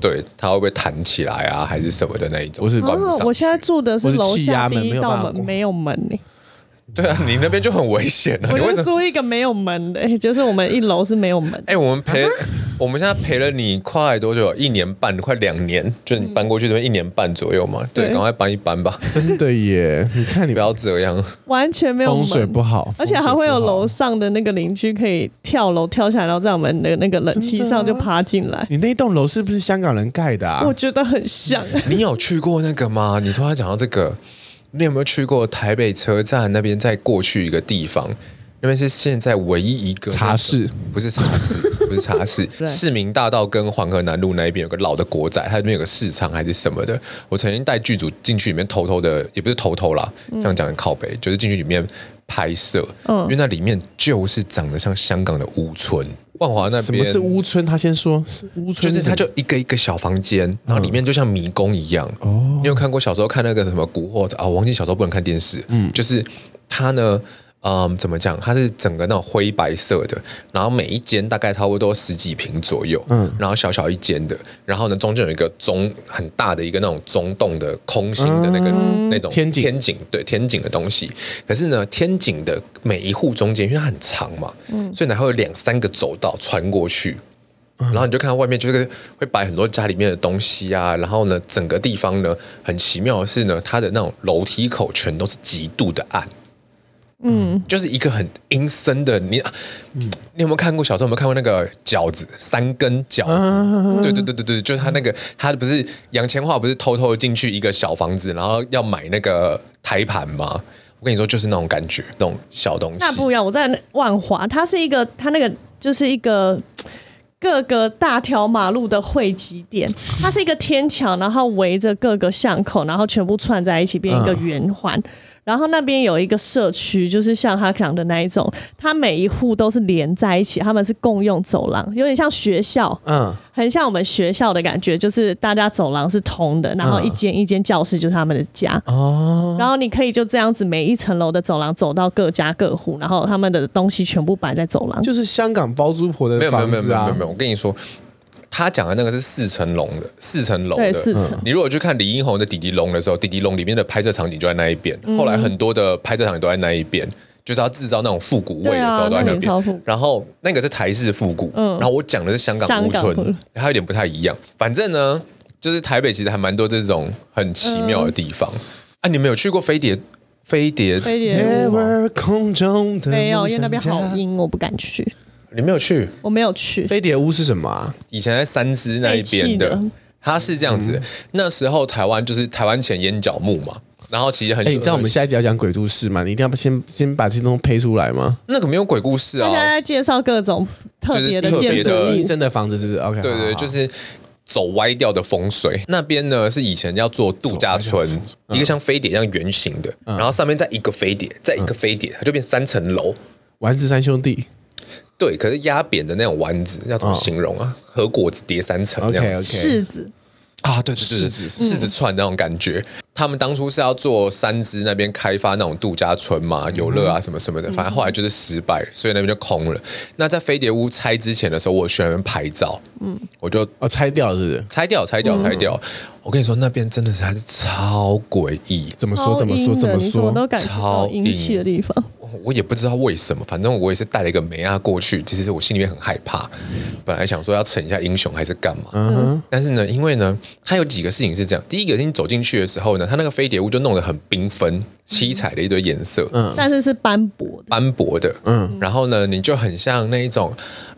Speaker 1: 对，它会不会弹起来啊，还是什么的那一种？
Speaker 3: 我是
Speaker 1: 嗯关不上去。
Speaker 2: 啊哦我现在住的是
Speaker 3: 我是
Speaker 2: 楼
Speaker 3: 气压
Speaker 2: 下第
Speaker 3: 门没
Speaker 2: 一
Speaker 3: 有办
Speaker 2: 道
Speaker 3: 法
Speaker 2: 门
Speaker 3: 过
Speaker 2: 没有门呢、
Speaker 1: 对啊，你那边就很危险
Speaker 3: 哎
Speaker 1: 啊！
Speaker 2: 我
Speaker 1: 你为什
Speaker 2: 就
Speaker 1: 么？
Speaker 2: 租一个没有门的、欸就是我们一楼是没有门。
Speaker 1: 哎、我们陪，我们现在陪了你快多久？一年半，快两年，就是你搬过去这边一年半左右嘛。对，
Speaker 2: 对
Speaker 1: 赶快搬一搬吧，
Speaker 3: 真 的耶！你看你
Speaker 1: 你不要这样。
Speaker 2: 完全没有门
Speaker 3: 风水不好，
Speaker 2: 而且还会有楼上的那个邻居可以跳楼跳下来，然后在我们的那个冷气上就爬进来，
Speaker 3: 你那栋楼是不是香港人盖的啊
Speaker 2: 我？觉得很像。
Speaker 1: 你有去过那个吗？你突然讲到这个，你有没有去过台北车站那边？再过去一个地方，那边是现在唯一一个
Speaker 3: 茶室，
Speaker 1: 不是茶 室，不是茶室，市民大道跟黄河南路那一边有个老的国宅，它那边有个市场还是什么的。我曾经带剧组进去里面偷偷的，也不是偷偷啦，这样讲很靠北，就是进去里面拍摄，因为那里面就是长得像香港的屋村。万华那边
Speaker 3: 什么是屋村？他先说是屋
Speaker 1: 就
Speaker 3: 村
Speaker 1: 是
Speaker 3: 什么，
Speaker 1: 它就一个一个小房间，然后里面就像迷宫一样。哦，你有看过小时候看那个什么《古惑仔》啊？我忘记小时候不能看电视。嗯，就是它呢，嗯，怎么讲？它是整个那种灰白色的，然后每一间大概差不多十几平左右。嗯，然后小小一间的，然后呢中间有一个中很大的一个那种中洞的空心的那个、那种
Speaker 3: 天井
Speaker 1: 天井对天井的东西。可是呢，天井的每一户中间，因为它很长嘛，所以呢还会有两三个走道穿过去。然后你就看到外面就是会摆很多家里面的东西啊，然后呢，整个地方呢，很奇妙的是呢，它的那种楼梯口全都是极度的暗，嗯，就是一个很阴森的。你，你有没有看过小时候有没有看过那个饺子三根饺
Speaker 2: 啊
Speaker 1: 子？对对对对对，就是他那个他不是杨千嬅不是偷偷进去一个小房子，然后要买那个胎盘吗？我跟你说，就是那种感觉，那种小东西。
Speaker 2: 那不一样，我在万华，它是一个，它那个就是一个。各个大条马路的汇集点，它是一个天桥，然后围着各个巷口，然后全部串在一起变一个圆环。然后那边有一个社区，就是像他讲的那一种，它每一户都是连在一起，他们是共用走廊，有点像学校，
Speaker 3: 嗯，
Speaker 2: 很像我们学校的感觉，就是大家走廊是通的，
Speaker 3: 嗯
Speaker 2: 然后一间一间教室就是他们的家。哦。然后你可以就这样子，每一层楼的走廊走到各家各户，然后他们的东西全部摆在走廊。
Speaker 3: 就是香港包租婆的
Speaker 1: 没有没有
Speaker 3: 房
Speaker 1: 没有没
Speaker 3: 子
Speaker 1: 有
Speaker 3: 啊
Speaker 1: 没有，没有，我跟你说，他讲的那个是四层楼的，四层楼的
Speaker 2: 对四层
Speaker 1: 嗯你如果去看李英宏的《迪迪龙》的时候，《迪迪龙》里面的拍摄场景就在那一边，
Speaker 2: 嗯
Speaker 1: 后来很多的拍摄场景都在那一边。就是要制造那种复古味的时候，
Speaker 2: 对啊
Speaker 1: 都在那
Speaker 2: 那里超复
Speaker 1: 边
Speaker 2: 古。嗯
Speaker 1: 然后那个是台式复古，然后我讲的是香港屋
Speaker 2: 香港
Speaker 1: 村
Speaker 2: 屋，
Speaker 1: 它有点不太一样。反正呢，就是台北其实还蛮多这种很奇妙的地方啊。你们有去过飞碟飞碟？
Speaker 2: 嗯飞碟
Speaker 3: 没有空中的
Speaker 2: 没有，因为那
Speaker 3: 梦
Speaker 2: 边
Speaker 3: 想家
Speaker 2: 好阴，我不敢去，
Speaker 1: 你没有去？
Speaker 2: 我没有去。
Speaker 3: 飞碟屋是什么啊？
Speaker 1: 以前在三芝那一边
Speaker 2: 废弃
Speaker 1: 的
Speaker 2: 的，
Speaker 1: 它是这样
Speaker 3: 嗯
Speaker 1: 子的。那时候台湾就是台湾前烟角木嘛，然后其实很呃
Speaker 3: 哎、你知道我们下一集要讲鬼故事吗？你一定要先先把这些东西配出来吗？
Speaker 1: 那个没有鬼故事
Speaker 2: 大
Speaker 1: 啊，
Speaker 2: 家在介绍各种特别的
Speaker 1: 就是特
Speaker 2: 建
Speaker 1: 别
Speaker 2: 筑
Speaker 1: 的
Speaker 3: 逆
Speaker 2: 物，
Speaker 3: 生的房子是不是？OK，
Speaker 1: 对
Speaker 3: 好
Speaker 1: 对，
Speaker 3: 好
Speaker 1: 就是走歪掉的风水。那边呢是以前要做度假村，
Speaker 3: 嗯
Speaker 1: 一个像飞碟一样圆形的，然后上面再一个飞碟，再一
Speaker 3: 嗯
Speaker 1: 个飞碟，它就变三层楼。
Speaker 3: 丸子三兄弟
Speaker 1: 对，可是压扁的那种丸子
Speaker 3: 嗯
Speaker 1: 要怎么形容啊？和果子叠三层这
Speaker 3: ，OK
Speaker 1: 样
Speaker 3: OK，
Speaker 1: 子
Speaker 2: 柿子，
Speaker 1: 啊，对对
Speaker 3: 柿
Speaker 1: 对，
Speaker 3: 子
Speaker 1: 柿子串那种感觉。他们当初是要做三芝那边开发那种度假村嘛、游乐啊什么什么的，反正后来就是失败，所以那边就空了。那在飞碟屋拆之前的时候，我去那边拍照，嗯，我就
Speaker 3: 哦，拆掉是不是？
Speaker 1: 拆掉，拆掉，拆掉。我跟你说，那边真的是还是超诡异，
Speaker 3: 怎么说？怎么
Speaker 2: 超
Speaker 3: 说？
Speaker 2: 阴
Speaker 3: 怎
Speaker 2: 的
Speaker 3: 么
Speaker 2: 你怎么都
Speaker 3: 说？
Speaker 2: 感觉到
Speaker 1: 超
Speaker 2: 阴气的地方。
Speaker 1: 我也不知道为什么，反正我也是带了一个梅亚过去。其实我心里面很害怕，本来想说要逞一下英雄还是干嘛，但是呢，因为呢，它有几个事情是这样：第一个是你走进去的时候呢，它那个飞碟屋就弄得很缤纷、七彩的一堆颜色，
Speaker 3: 嗯
Speaker 2: 但是是斑驳的，
Speaker 1: 斑驳的，嗯，然后呢，你就很像那一种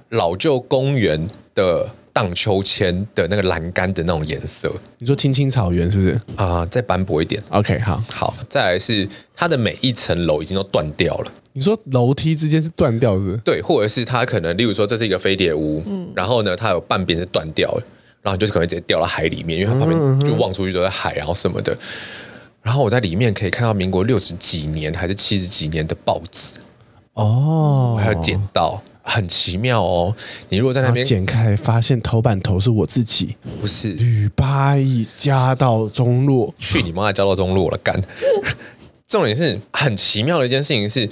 Speaker 1: 老旧公园的荡秋千的那个栏杆的那种颜色
Speaker 3: 你说青青草原是不是
Speaker 1: 啊、再斑驳一点。
Speaker 3: ？OK，好。
Speaker 1: 好，再来是它的每一层楼已经都断掉了。
Speaker 3: 你说楼梯之间是断掉是不是？
Speaker 1: 对，或者是它可能，例如说这是一个飞碟屋，
Speaker 3: 嗯
Speaker 1: 然后呢，它有半边是断掉了，然后你就是可能直接掉到海里面，因为它旁边
Speaker 3: 嗯
Speaker 1: 就望出去都是海，然后什么的。然后我在里面可以看到民国六十几年还是七十几年的报纸，
Speaker 3: 哦，
Speaker 1: 还有剪刀，很奇妙哦。你如果在那
Speaker 3: 然后
Speaker 1: 边
Speaker 3: 啊剪开来发现头版头是我自己，
Speaker 1: 不是
Speaker 3: 吕八一家道中落，
Speaker 1: 去你妈的交道中路了，干！ 重点是很奇妙的一件事情是，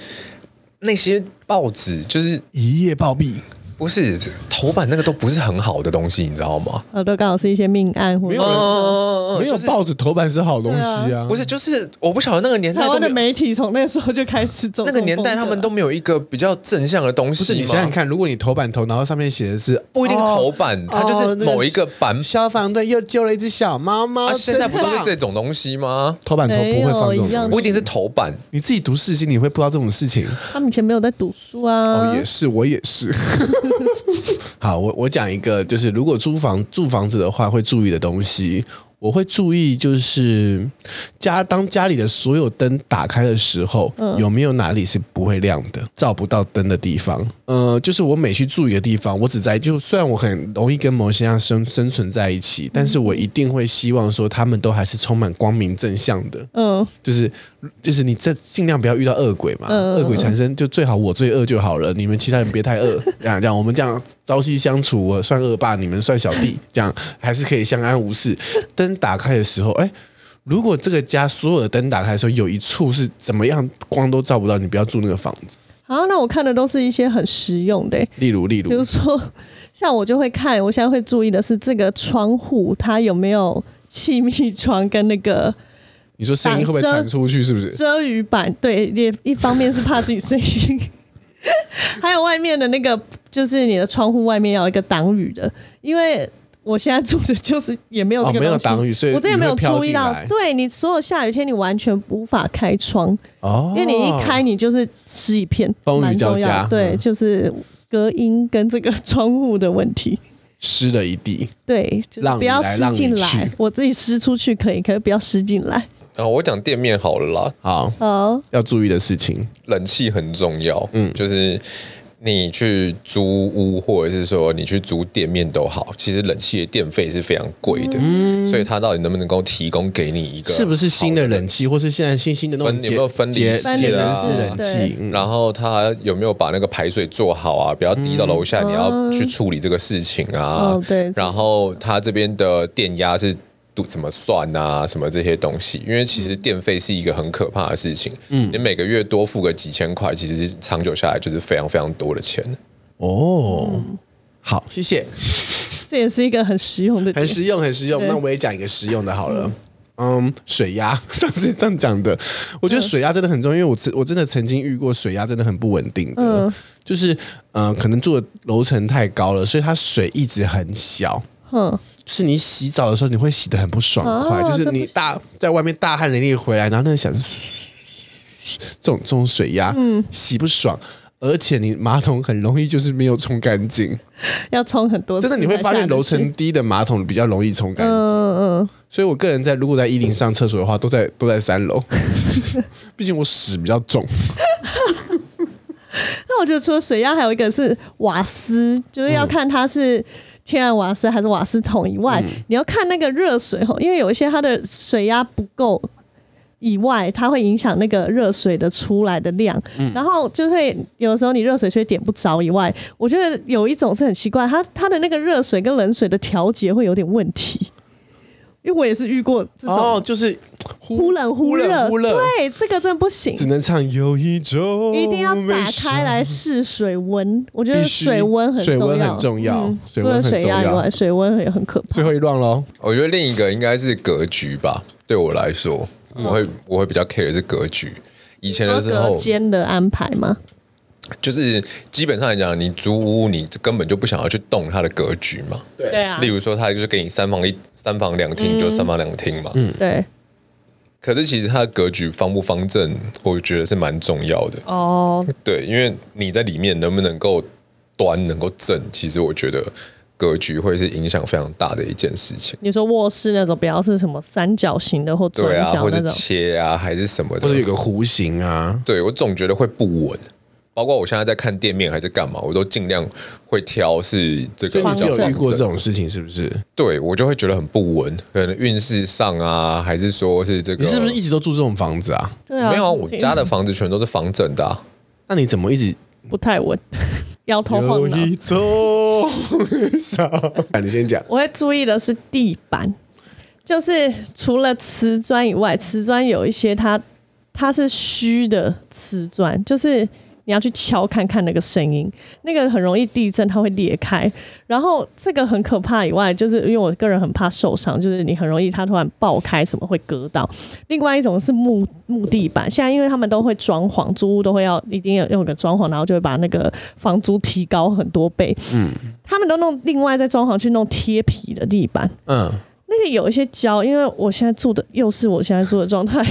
Speaker 1: 那些报纸就是
Speaker 3: 一夜暴毙。
Speaker 1: 不是头版那个都不是很好的东西，你知道吗？
Speaker 2: 呃，都刚好是一些命案或
Speaker 3: 没
Speaker 2: 者
Speaker 3: 有人
Speaker 1: 嗯，
Speaker 3: 没有报纸头哦版是好东西
Speaker 2: 哦对
Speaker 3: 啊，
Speaker 1: 不是，就是我不晓得那个年代
Speaker 2: 台
Speaker 1: 都
Speaker 2: 湾
Speaker 1: 没
Speaker 2: 的
Speaker 1: 有
Speaker 2: 媒体从那时候就开始走
Speaker 1: 那个年代他
Speaker 2: 啊
Speaker 1: 们都没有一个比较正向的东西嘛。
Speaker 3: 不是你想想看，如果你头版头，然后上面写的是
Speaker 1: 不一定是头版
Speaker 3: 哦
Speaker 1: 它就是
Speaker 3: 哦那
Speaker 1: 某一个版
Speaker 3: 消防队又救了一只小猫猫，
Speaker 1: 啊，现在不都
Speaker 3: 真
Speaker 1: 是
Speaker 3: 棒
Speaker 1: 这种东西吗？
Speaker 3: 头版头不会放
Speaker 2: 没
Speaker 3: 这种
Speaker 2: 有一样
Speaker 3: 东
Speaker 1: 不一
Speaker 3: 西，
Speaker 1: 定是头版，
Speaker 3: 你自己读世新你会不知道这种事情。
Speaker 2: 他们以前没有在读书啊
Speaker 3: 哦，，也是，我也是。 好，我我讲一个，就是如果租房住房子的话，会注意的东西。我会注意，就是家当家里的所有灯打开的时候，有没有哪里是不会亮的、照不到灯的地方？呃，就是我每去住一个地方，我只在就虽然我很容易跟某些人生生存在一起，但是我一定会希望说他们都还是充满光明正向的。
Speaker 2: 嗯，
Speaker 3: 就是就是你这尽量不要遇到恶鬼嘛，
Speaker 2: 嗯
Speaker 3: 恶鬼产生就最好我最恶就好了，你们其他人别太 恶，这样这样我们这样朝夕相处，我算恶霸，你们算小弟，这样还是可以相安无事。灯打开的时候，哎、如果这个家所有的灯打开的时候，有一处是怎么样光都照不到，你不要住那个房子。
Speaker 2: 好，那我看的都是一些很实用的欸、
Speaker 3: 例如，例
Speaker 2: 比如
Speaker 3: 如，
Speaker 2: 说，像我就会看，我现在会注意的是这个窗户它有没有气密窗跟那个
Speaker 3: 你说声音会不会传出去？是不是？
Speaker 2: 遮雨板。对，也一方面是怕自己声音， 还有外面的那个，就是你的窗户外面要有一个挡雨的，因为。我现在住的就是也没有这个
Speaker 3: 哦没有
Speaker 2: 东西
Speaker 3: 挡雨所以
Speaker 2: 我真的没有
Speaker 3: 雨会飘
Speaker 2: 注意到
Speaker 3: 进来。
Speaker 2: 对你所有下雨天，你完全无法开窗，
Speaker 3: 哦
Speaker 2: 因为你一开，你就是湿一片，
Speaker 3: 风雨
Speaker 2: 蛮重
Speaker 3: 交加嗯
Speaker 2: 要的。对，就是隔音跟这个 窗户的问题。
Speaker 3: 湿了一地，
Speaker 2: 对，就是
Speaker 3: 让
Speaker 2: 不
Speaker 3: 你
Speaker 2: 要
Speaker 3: 来
Speaker 2: 湿
Speaker 3: 让你
Speaker 2: 进
Speaker 3: 去
Speaker 2: 来，我自己湿出去可以，可是不要湿进来。
Speaker 1: 啊，我讲店面好了啦，
Speaker 3: 好
Speaker 2: 好，
Speaker 3: 要注意的事情。
Speaker 1: 冷气很重要，嗯，就是你去租屋或者是说你去租店面都好，其实冷气的电费是非常贵的，所以它到底能不能够提供给你一个
Speaker 3: 是不是新的
Speaker 1: 好
Speaker 3: 冷气，或是现在新兴的那种
Speaker 1: 分
Speaker 3: 节
Speaker 1: 有没有分离
Speaker 3: 节
Speaker 1: 式啊
Speaker 3: 节能式冷
Speaker 2: 对
Speaker 3: 气？嗯
Speaker 1: 然后它有没有把那个排水做好啊？不要滴到楼下，你要去处理这个事情啊。
Speaker 2: 哦对
Speaker 1: 然后它这边的电压是度怎么算啊？什么这些东西？因为其实电费是一个很可怕的事情。嗯，你每个月多付个几千块，其实是长久下来就是非常非常多的钱。
Speaker 3: 哦，好，谢谢，
Speaker 2: 这也是一个很实用的点
Speaker 3: 很。实用，很实用。
Speaker 2: 对
Speaker 3: 那我也讲一个实用的好了。嗯，水压 上次这样讲的，我觉
Speaker 2: 嗯
Speaker 3: 得水压真的很重要，因为我曾我真的曾经遇过水压真的很不稳定的，
Speaker 2: 嗯
Speaker 3: 就是呃，可能住的楼层太高了，所以它水一直很小。
Speaker 2: 哼，
Speaker 3: 就是你洗澡的时候，你会洗得很不爽快，
Speaker 2: 啊
Speaker 3: 就是你
Speaker 2: 这不
Speaker 3: 大在外面大汗淋漓回来，然后那个想这种这种水压，嗯，洗不爽。而且你马桶很容易就是没有冲干净，
Speaker 2: 要冲很多次
Speaker 3: 真
Speaker 2: 才
Speaker 3: 的
Speaker 2: 下得
Speaker 3: 你
Speaker 2: 去，
Speaker 3: 会发现楼层低的马桶比较容易冲干净。
Speaker 2: 嗯，嗯嗯，
Speaker 3: 所以我个人在如果在一零上厕所的话，都在都在三楼， 毕竟我屎比较重。
Speaker 2: 那我觉得除了水压，还有一个是瓦斯，就是
Speaker 3: 嗯
Speaker 2: 要看它是天然瓦斯还是瓦斯桶以
Speaker 3: 嗯
Speaker 2: 外，你要看那个热水吼，因为有一些它的水压不够。以外，它会影响那个热水的出来的量，
Speaker 3: 嗯
Speaker 2: 然后就会有时候你热水却点不着。以外，我觉得有一种是很奇怪，它它的那个热水跟冷水的调节会有点问题，因为我也是遇过这种
Speaker 3: 哦，就是忽
Speaker 2: 忽冷忽热，
Speaker 3: 冷忽热，
Speaker 2: 对，这个真的不行，
Speaker 3: 只能唱有一种
Speaker 2: 一定要
Speaker 3: 美
Speaker 2: 打
Speaker 3: 食
Speaker 2: 开来试水温，我觉得
Speaker 3: 必须
Speaker 2: 水温很
Speaker 3: 水
Speaker 2: 重
Speaker 3: 温
Speaker 2: 要，
Speaker 3: 很重要
Speaker 2: 嗯
Speaker 3: 水
Speaker 2: 除
Speaker 3: 温
Speaker 2: 了
Speaker 3: 很
Speaker 2: 水压以
Speaker 3: 重要
Speaker 2: 外，水温也很可怕
Speaker 3: 最。后一段喽。
Speaker 1: 我觉得另一个应该是格局吧，对我来说，我会我会比较 care 的是格局。以前的时
Speaker 2: 隔
Speaker 1: 候，
Speaker 2: 间的安排吗？
Speaker 1: 就是基本上来讲，你租屋你根本就不想要去动它的格局嘛。
Speaker 3: 对
Speaker 2: 啊嗯
Speaker 1: 例如说，它就是给你三房一三房两厅，就三房两厅嘛。嗯。
Speaker 2: 对
Speaker 1: 可是其实它的格局方不方正，我觉得是蛮重要的。
Speaker 2: 哦，
Speaker 1: 对，因为你在里面能不能够端能够正，其实我觉得格局会是影响非常大的一件事情。
Speaker 2: 你说卧室那种，不要是什么三角形的或转
Speaker 1: 对啊，
Speaker 2: 角
Speaker 1: 或
Speaker 2: 那
Speaker 1: 是
Speaker 2: 种，
Speaker 1: 切啊，还是什么的，
Speaker 3: 或者有个弧形啊，
Speaker 1: 对我总觉得会不稳。包括我现在在看店面还是干嘛，我都尽量会挑是这
Speaker 3: 所
Speaker 1: 个
Speaker 3: 以你
Speaker 1: 比
Speaker 3: 是
Speaker 1: 较
Speaker 3: 有遇过
Speaker 1: 方
Speaker 3: 这
Speaker 1: 正，
Speaker 3: 种事情是不是？
Speaker 1: 对我就会觉得很不稳，可能运势上啊，还是说是这个
Speaker 3: 你是不是一直都住这种房子啊？
Speaker 2: 对啊，
Speaker 1: 没有啊？我家
Speaker 2: 的
Speaker 1: 的房子全都是方正的、啊，
Speaker 3: 那你怎么一直
Speaker 2: 不太稳， 摇头晃脑。
Speaker 3: 种 少？啊你先讲，
Speaker 2: 我会注意的是地板，就是除了瓷砖以外，瓷砖有一些它它是虚的瓷砖，就是你要去敲看看那个声音，那个很容易地震，它会裂开。然后这个很可怕以外，就是因为我个人很怕受伤，就是你很容易它突然爆开什么会割到。另外一种是木木地板，现在因为他们都会装潢，租屋都会要一定要用个装潢，然后就会把那个房租提高很多倍。他们都弄另外在装潢去弄贴皮的地板，
Speaker 3: 嗯，
Speaker 2: 那个有一些胶，因为我现在住的又是我现在住的状态，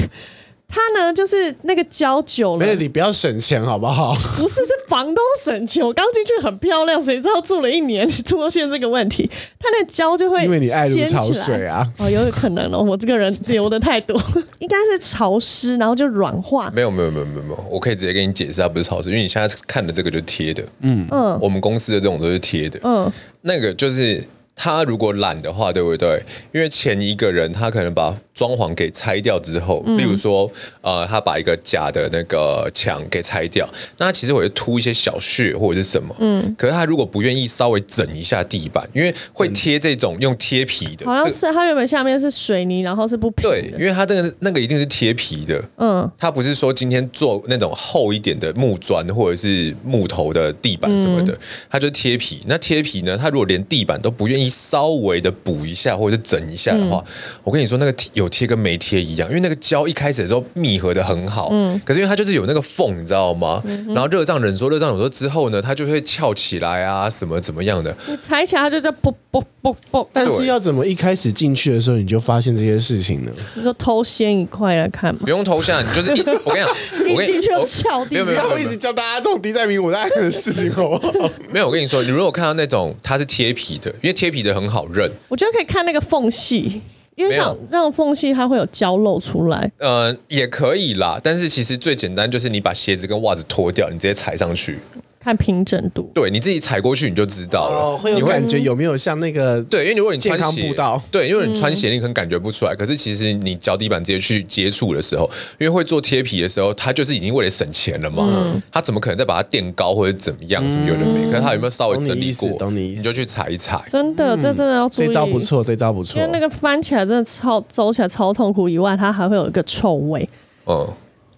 Speaker 2: 它呢就是那个胶久了
Speaker 3: 没，有，你不要省钱好不 好？
Speaker 2: 不是是房东省钱。我刚进去很漂亮，谁知道住了一年出现这个问题，它那个胶就会
Speaker 3: 因为你爱如
Speaker 2: 掀起
Speaker 3: 潮
Speaker 2: 来
Speaker 3: 水啊。
Speaker 2: 哦，有可能哦，我这个人流的太多，应该是潮湿，然后就软化。
Speaker 1: 没有没有没有没有没有，我可以直接跟你解释，它不是潮湿，因为你现在看的这个就是贴的，嗯嗯，我们公司的这种都是贴的，
Speaker 2: 嗯，
Speaker 1: 那个就是他如果懒的话，对不对？因为前一个人他可能把装潢给拆掉之后，
Speaker 2: 嗯
Speaker 1: 例如说，呃，他把一个假的那个墙给拆掉，那他其实我会凸一些小屑或者是什么，嗯。可是他如果不愿意稍微整一下地板，因为会贴这种用贴皮的，
Speaker 2: 好像
Speaker 1: 这
Speaker 2: 是它原本下面是水泥，然后是不平
Speaker 1: 对，
Speaker 2: 的。
Speaker 1: 因为它这个那个一定是贴皮的，
Speaker 2: 嗯，
Speaker 1: 它不是说今天做那种厚一点的木砖或者是木头的地板什么
Speaker 2: 嗯
Speaker 1: 的，它就贴皮。那贴皮呢，它如果连地板都不愿意稍微的补一下或者是整一下的
Speaker 2: 嗯
Speaker 1: 话，我跟你说，那个贴有贴跟没贴一样，因为那个胶一开始的时候密合的很好，
Speaker 2: 嗯
Speaker 1: 可是因为它就是有那个缝，你知道吗？然后热胀冷缩，热胀冷缩之后呢，它就会翘起来啊，什么怎么样的，
Speaker 2: 你踩起来它就在啵啵啵啵。
Speaker 3: 但是要怎么一开始进去的时候你就发现这些事情呢？
Speaker 2: 你说偷掀一块来看吗
Speaker 1: 不？用头像，你就是一，我 跟你讲，我跟
Speaker 2: 一进
Speaker 1: 你
Speaker 2: 去就
Speaker 1: 我
Speaker 2: 翘地
Speaker 1: 没有没有没有没有
Speaker 3: 教大家这种敌在明我在暗的事情，好不好？
Speaker 1: 没有，我跟你说，你如果看到那种它是贴皮的，因为贴皮的很好认，
Speaker 2: 我觉得可以看那个缝隙，因为
Speaker 1: 没有
Speaker 2: 想让缝隙它会有胶露出来。
Speaker 1: 呃，也可以啦。但是其实最简单就是你把鞋子跟袜子脱掉，你直接踩上去，
Speaker 2: 看平整度，
Speaker 1: 对你自己踩过去你就知道了。
Speaker 3: 哦，会
Speaker 1: 你
Speaker 3: 有感觉有没有像那个
Speaker 1: 对，因为如果你穿
Speaker 3: 健康
Speaker 1: 鞋
Speaker 3: 步道
Speaker 1: 对，因为你穿鞋你可能感觉不出来，可是其实你脚底板直接去接触的时候，因为会做贴皮的时候，他就是已经为了省钱了
Speaker 3: 嗯
Speaker 1: 嘛，他怎么可能再把它垫高或者怎么样什么有的没？可是他有没有稍微整理过？
Speaker 3: 懂你意思懂你意思
Speaker 1: 就去踩一踩。
Speaker 2: 真的，这真的要注意。
Speaker 3: 这招不错，这招不错
Speaker 2: 因为。那个翻起来真的超走起来超痛苦，以外它还会有一个臭味，
Speaker 1: 嗯，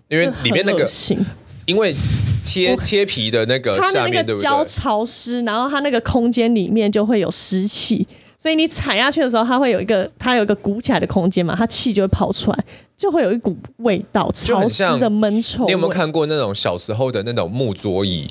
Speaker 1: 因为里面那
Speaker 2: 就很
Speaker 1: 个
Speaker 2: 恶，心
Speaker 1: 因为贴贴皮的那个
Speaker 2: 它
Speaker 1: 下
Speaker 2: 的那
Speaker 1: 面，对
Speaker 2: 个
Speaker 1: 不
Speaker 2: 胶
Speaker 1: 对？
Speaker 2: 潮湿，然后它那个空间里面就会有湿气，所以你踩下去的时候，它会有一个它有一个鼓起来的空间嘛，它气就会跑出来，就会有一股味道，
Speaker 1: 就
Speaker 2: 潮
Speaker 1: 很
Speaker 2: 湿
Speaker 1: 像
Speaker 2: 的闷臭味。
Speaker 1: 你有没有看过那种小时候的那种木桌椅，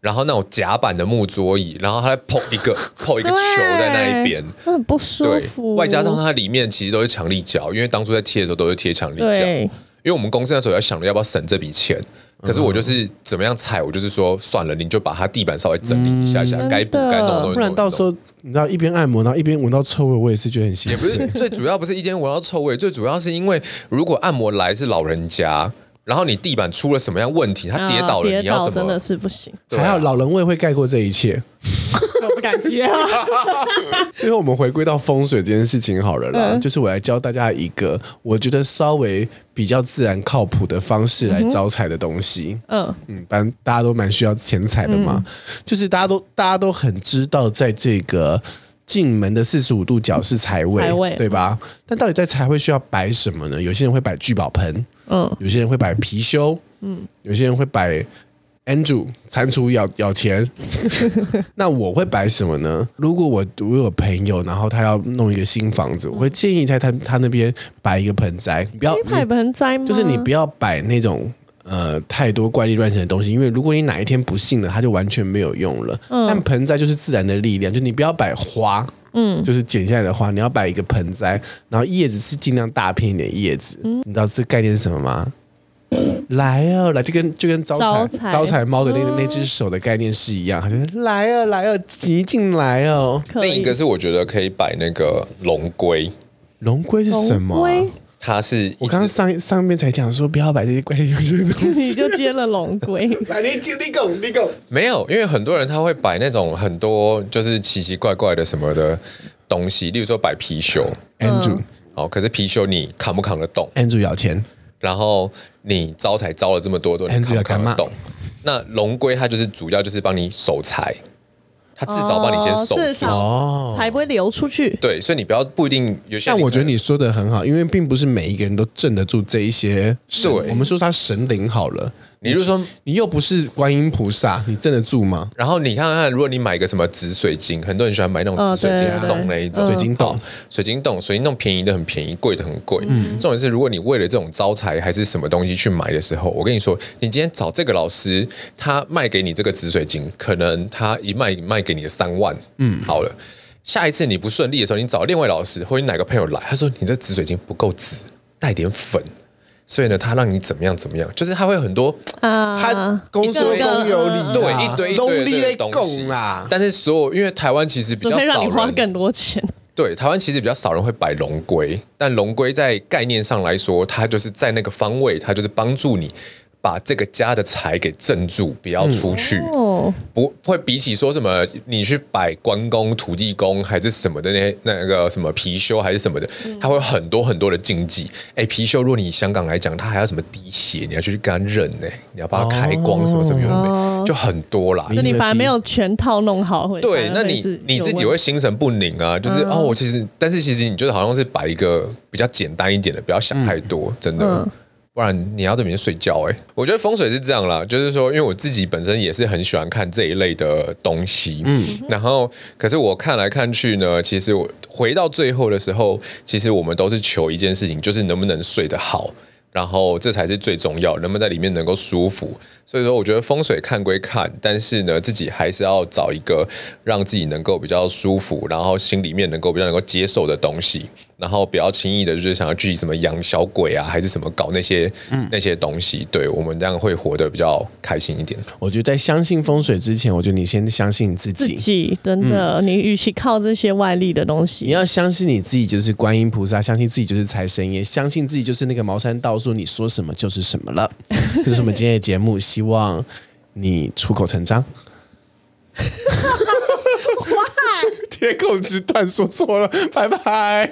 Speaker 1: 然后那种夹板的木桌椅，然后它再碰一 个碰一个球在那一边，
Speaker 2: 对这很不舒
Speaker 1: 对
Speaker 2: 服。，
Speaker 1: 外加上它里面其实都是强力胶，因为当初在贴的时候都是贴强力胶，
Speaker 2: 对嗯
Speaker 1: 因为我们公司那时候也在想着要不要省这笔钱，可是我就是怎么样踩，我就是说算了，你就把它地板稍微整理一下
Speaker 2: 嗯
Speaker 1: 下，该补该弄的东西弄一弄。
Speaker 3: 不然到时候你知道一边按摩，然后一边闻到臭味，我也是觉得很
Speaker 1: 也
Speaker 3: 兴
Speaker 1: 不
Speaker 3: 奋。
Speaker 1: 是最主要，不是一天闻到臭味，最主要是因为如果按摩来是老人家，然后你地板出了什么样问题，他跌倒了，
Speaker 2: 嗯啊跌
Speaker 1: 你要
Speaker 2: 倒
Speaker 1: 怎
Speaker 2: 真的
Speaker 1: 么？
Speaker 2: 是不行，
Speaker 1: 对啊
Speaker 3: 还好老人味会盖过这一切。
Speaker 2: 我不敢接啊。
Speaker 3: 最后我们回归到风水这件事情好了啦，
Speaker 2: 嗯
Speaker 3: 就是我来教大家一个我觉得稍微比较自然靠谱的方式来招财的东西。
Speaker 2: 嗯，
Speaker 3: 嗯，反正大家都蛮需要钱财的嘛，就是大家都大家都很知道，在这个进门的四十五度角是财位，
Speaker 2: 财位
Speaker 3: 对吧？但到底在财位需要摆什么呢？有些人会摆聚宝盆，
Speaker 2: 嗯，
Speaker 3: 有些人会摆貔貅，嗯，有些人会摆 Andrew 蟾蜍咬 咬钱。那我会摆什么呢？如果我我有朋友，然后他要弄一个新房子，我
Speaker 2: 嗯
Speaker 3: 会建议在他他那边摆一个盆栽，你不
Speaker 1: 哦
Speaker 3: 要
Speaker 2: 你派盆栽吗？
Speaker 3: 就是你不要摆那种呃太多怪力乱神的东西，因为如果你哪一天不信了，它就完全没有用了。
Speaker 2: 嗯
Speaker 3: 但盆栽就是自然的力量，就你不要摆花，嗯，就是剪下来的花，你要摆一个盆栽，然后叶子是尽量大片一点的叶子。
Speaker 2: 嗯
Speaker 3: 你知道这概念是什么吗？来哦，来就跟就跟招
Speaker 2: 招
Speaker 3: 财
Speaker 2: 财嗯
Speaker 3: 招财猫的那、那只手的概念是一样，它就是来哦来哦挤进来哦。
Speaker 2: 可
Speaker 1: 另
Speaker 2: 以
Speaker 1: 一个是我觉得可以摆那个龙龟，
Speaker 3: 龙龟是什么
Speaker 2: 龙
Speaker 3: 啊、
Speaker 2: 龟，
Speaker 1: 它是一
Speaker 3: 我刚刚
Speaker 1: 只
Speaker 3: 上上面才讲说不要摆这些怪力乱神的东 西。
Speaker 2: 你就接了龙龟，
Speaker 3: 来，你你讲你讲。
Speaker 1: 没有，因为很多人他会摆那种很多就是奇奇怪怪的什么的东西，例如说摆貔貅。
Speaker 3: Andrew、
Speaker 1: 哦，可是貔貅你扛不扛得动？
Speaker 3: Andrew 咬钱，
Speaker 1: 然后你招财招了这么多 之后，你扛不扛得动？那龙龟它就是主要就是帮你守财，它 至少帮你先守
Speaker 2: 哦至
Speaker 1: 住。
Speaker 2: 少才不会流出去。
Speaker 1: 对，所以你不要不一定有些。
Speaker 3: 但我觉得你说的很好，因为并不是每一个人都镇得住这一些神。
Speaker 1: 对
Speaker 3: 我们说他神灵好了，
Speaker 1: 你就说，
Speaker 3: 你又不是观音菩萨，你镇得住吗？
Speaker 1: 然后你看看，如果你买个什么紫水晶，很多人喜欢买那种
Speaker 2: 哦
Speaker 1: 紫水
Speaker 2: 对
Speaker 1: 晶
Speaker 2: 对
Speaker 1: 洞那
Speaker 2: 对嗯
Speaker 1: 一种，
Speaker 3: 水晶洞
Speaker 1: 好水晶洞，水晶洞便宜的很便宜，贵的很贵。
Speaker 2: 嗯
Speaker 1: 重点是，如果你为了这种招财还是什么东西去买的时候，我跟你说，你今天找这个老师，他卖给你这个紫水晶，可能他一卖卖给你三万，嗯，好了。下一次你不顺利的时候，你找另外老师或者你哪个朋友来，他说你这紫水晶不够紫，带点粉，所以呢，他让你怎么样怎么样，就是他会有很多
Speaker 2: 啊，
Speaker 3: 他公说公有理啦，
Speaker 1: 嗯对，一堆一
Speaker 3: 东
Speaker 1: 堆
Speaker 3: 立
Speaker 1: 的
Speaker 3: 类
Speaker 1: 东西
Speaker 3: 供啦。
Speaker 1: 但是所有，因为台湾其实比
Speaker 2: 只
Speaker 1: 较
Speaker 2: 会让
Speaker 1: 少
Speaker 2: 你花
Speaker 1: 人，
Speaker 2: 更多钱。
Speaker 1: 对台湾其实比较少人会摆龙龟，但龙龟在概念上来说，它就是在那个方位，它就是帮助你把这个家的财给镇住，不要出去。
Speaker 2: 哦，
Speaker 1: 不会比起说什么你去摆关公、土地公还是什么的那些那个什么貔貅还是什么的，
Speaker 2: 嗯
Speaker 1: 它会有很多很多的禁忌。哎，貔貅，如果你以香港来讲，它还要什么滴血，你要去跟它认呢、你要把它开光什么什么有的
Speaker 2: 哦
Speaker 1: 没，就很多啦。
Speaker 2: 就你反而没有全套弄好，会
Speaker 1: 对，
Speaker 2: 反
Speaker 1: 那
Speaker 2: 而
Speaker 1: 你
Speaker 2: 会是
Speaker 1: 你
Speaker 2: 有
Speaker 1: 自己
Speaker 2: 问
Speaker 1: 会
Speaker 2: 题嗯
Speaker 1: 心神不宁啊，就是、哦，我其实，但是其实你就是好像是摆一个比较简单一点的，不要想太多，真的。
Speaker 2: 嗯
Speaker 1: 不然你要怎么去睡觉、欸？哎，我觉得风水是这样啦，就是说，因为我自己本身也是很喜欢看这一类的东西，嗯，然后可是我看来看去呢，其实我回到最后的时候，其实我们都是求一件事情，就是能不能睡得好，然后这才是最重要，能不能在里面能够舒服。所以说，我觉得风水看归看，但是呢，自己还是要找一个让自己能够比较舒服，然后心里面能够比较能够接受的东西，然后不要轻易的就是想要去什么养小鬼啊，还是什么搞那些、那些东西。对我们这样会活得比较开心一点。
Speaker 3: 我觉得在相信风水之前，我觉得你先相信你自
Speaker 2: 自
Speaker 3: 己。
Speaker 2: 己真
Speaker 1: 嗯
Speaker 2: 的，你与其靠这些外力的东西，
Speaker 3: 你要相信你自己就是观音菩萨，相信自己就是财神爷，相信自己就是那个茅山道术，你说什么就是什么了。 这就是我们今天的节目，希望你出口成章。 铁口直断，说错了，拜拜。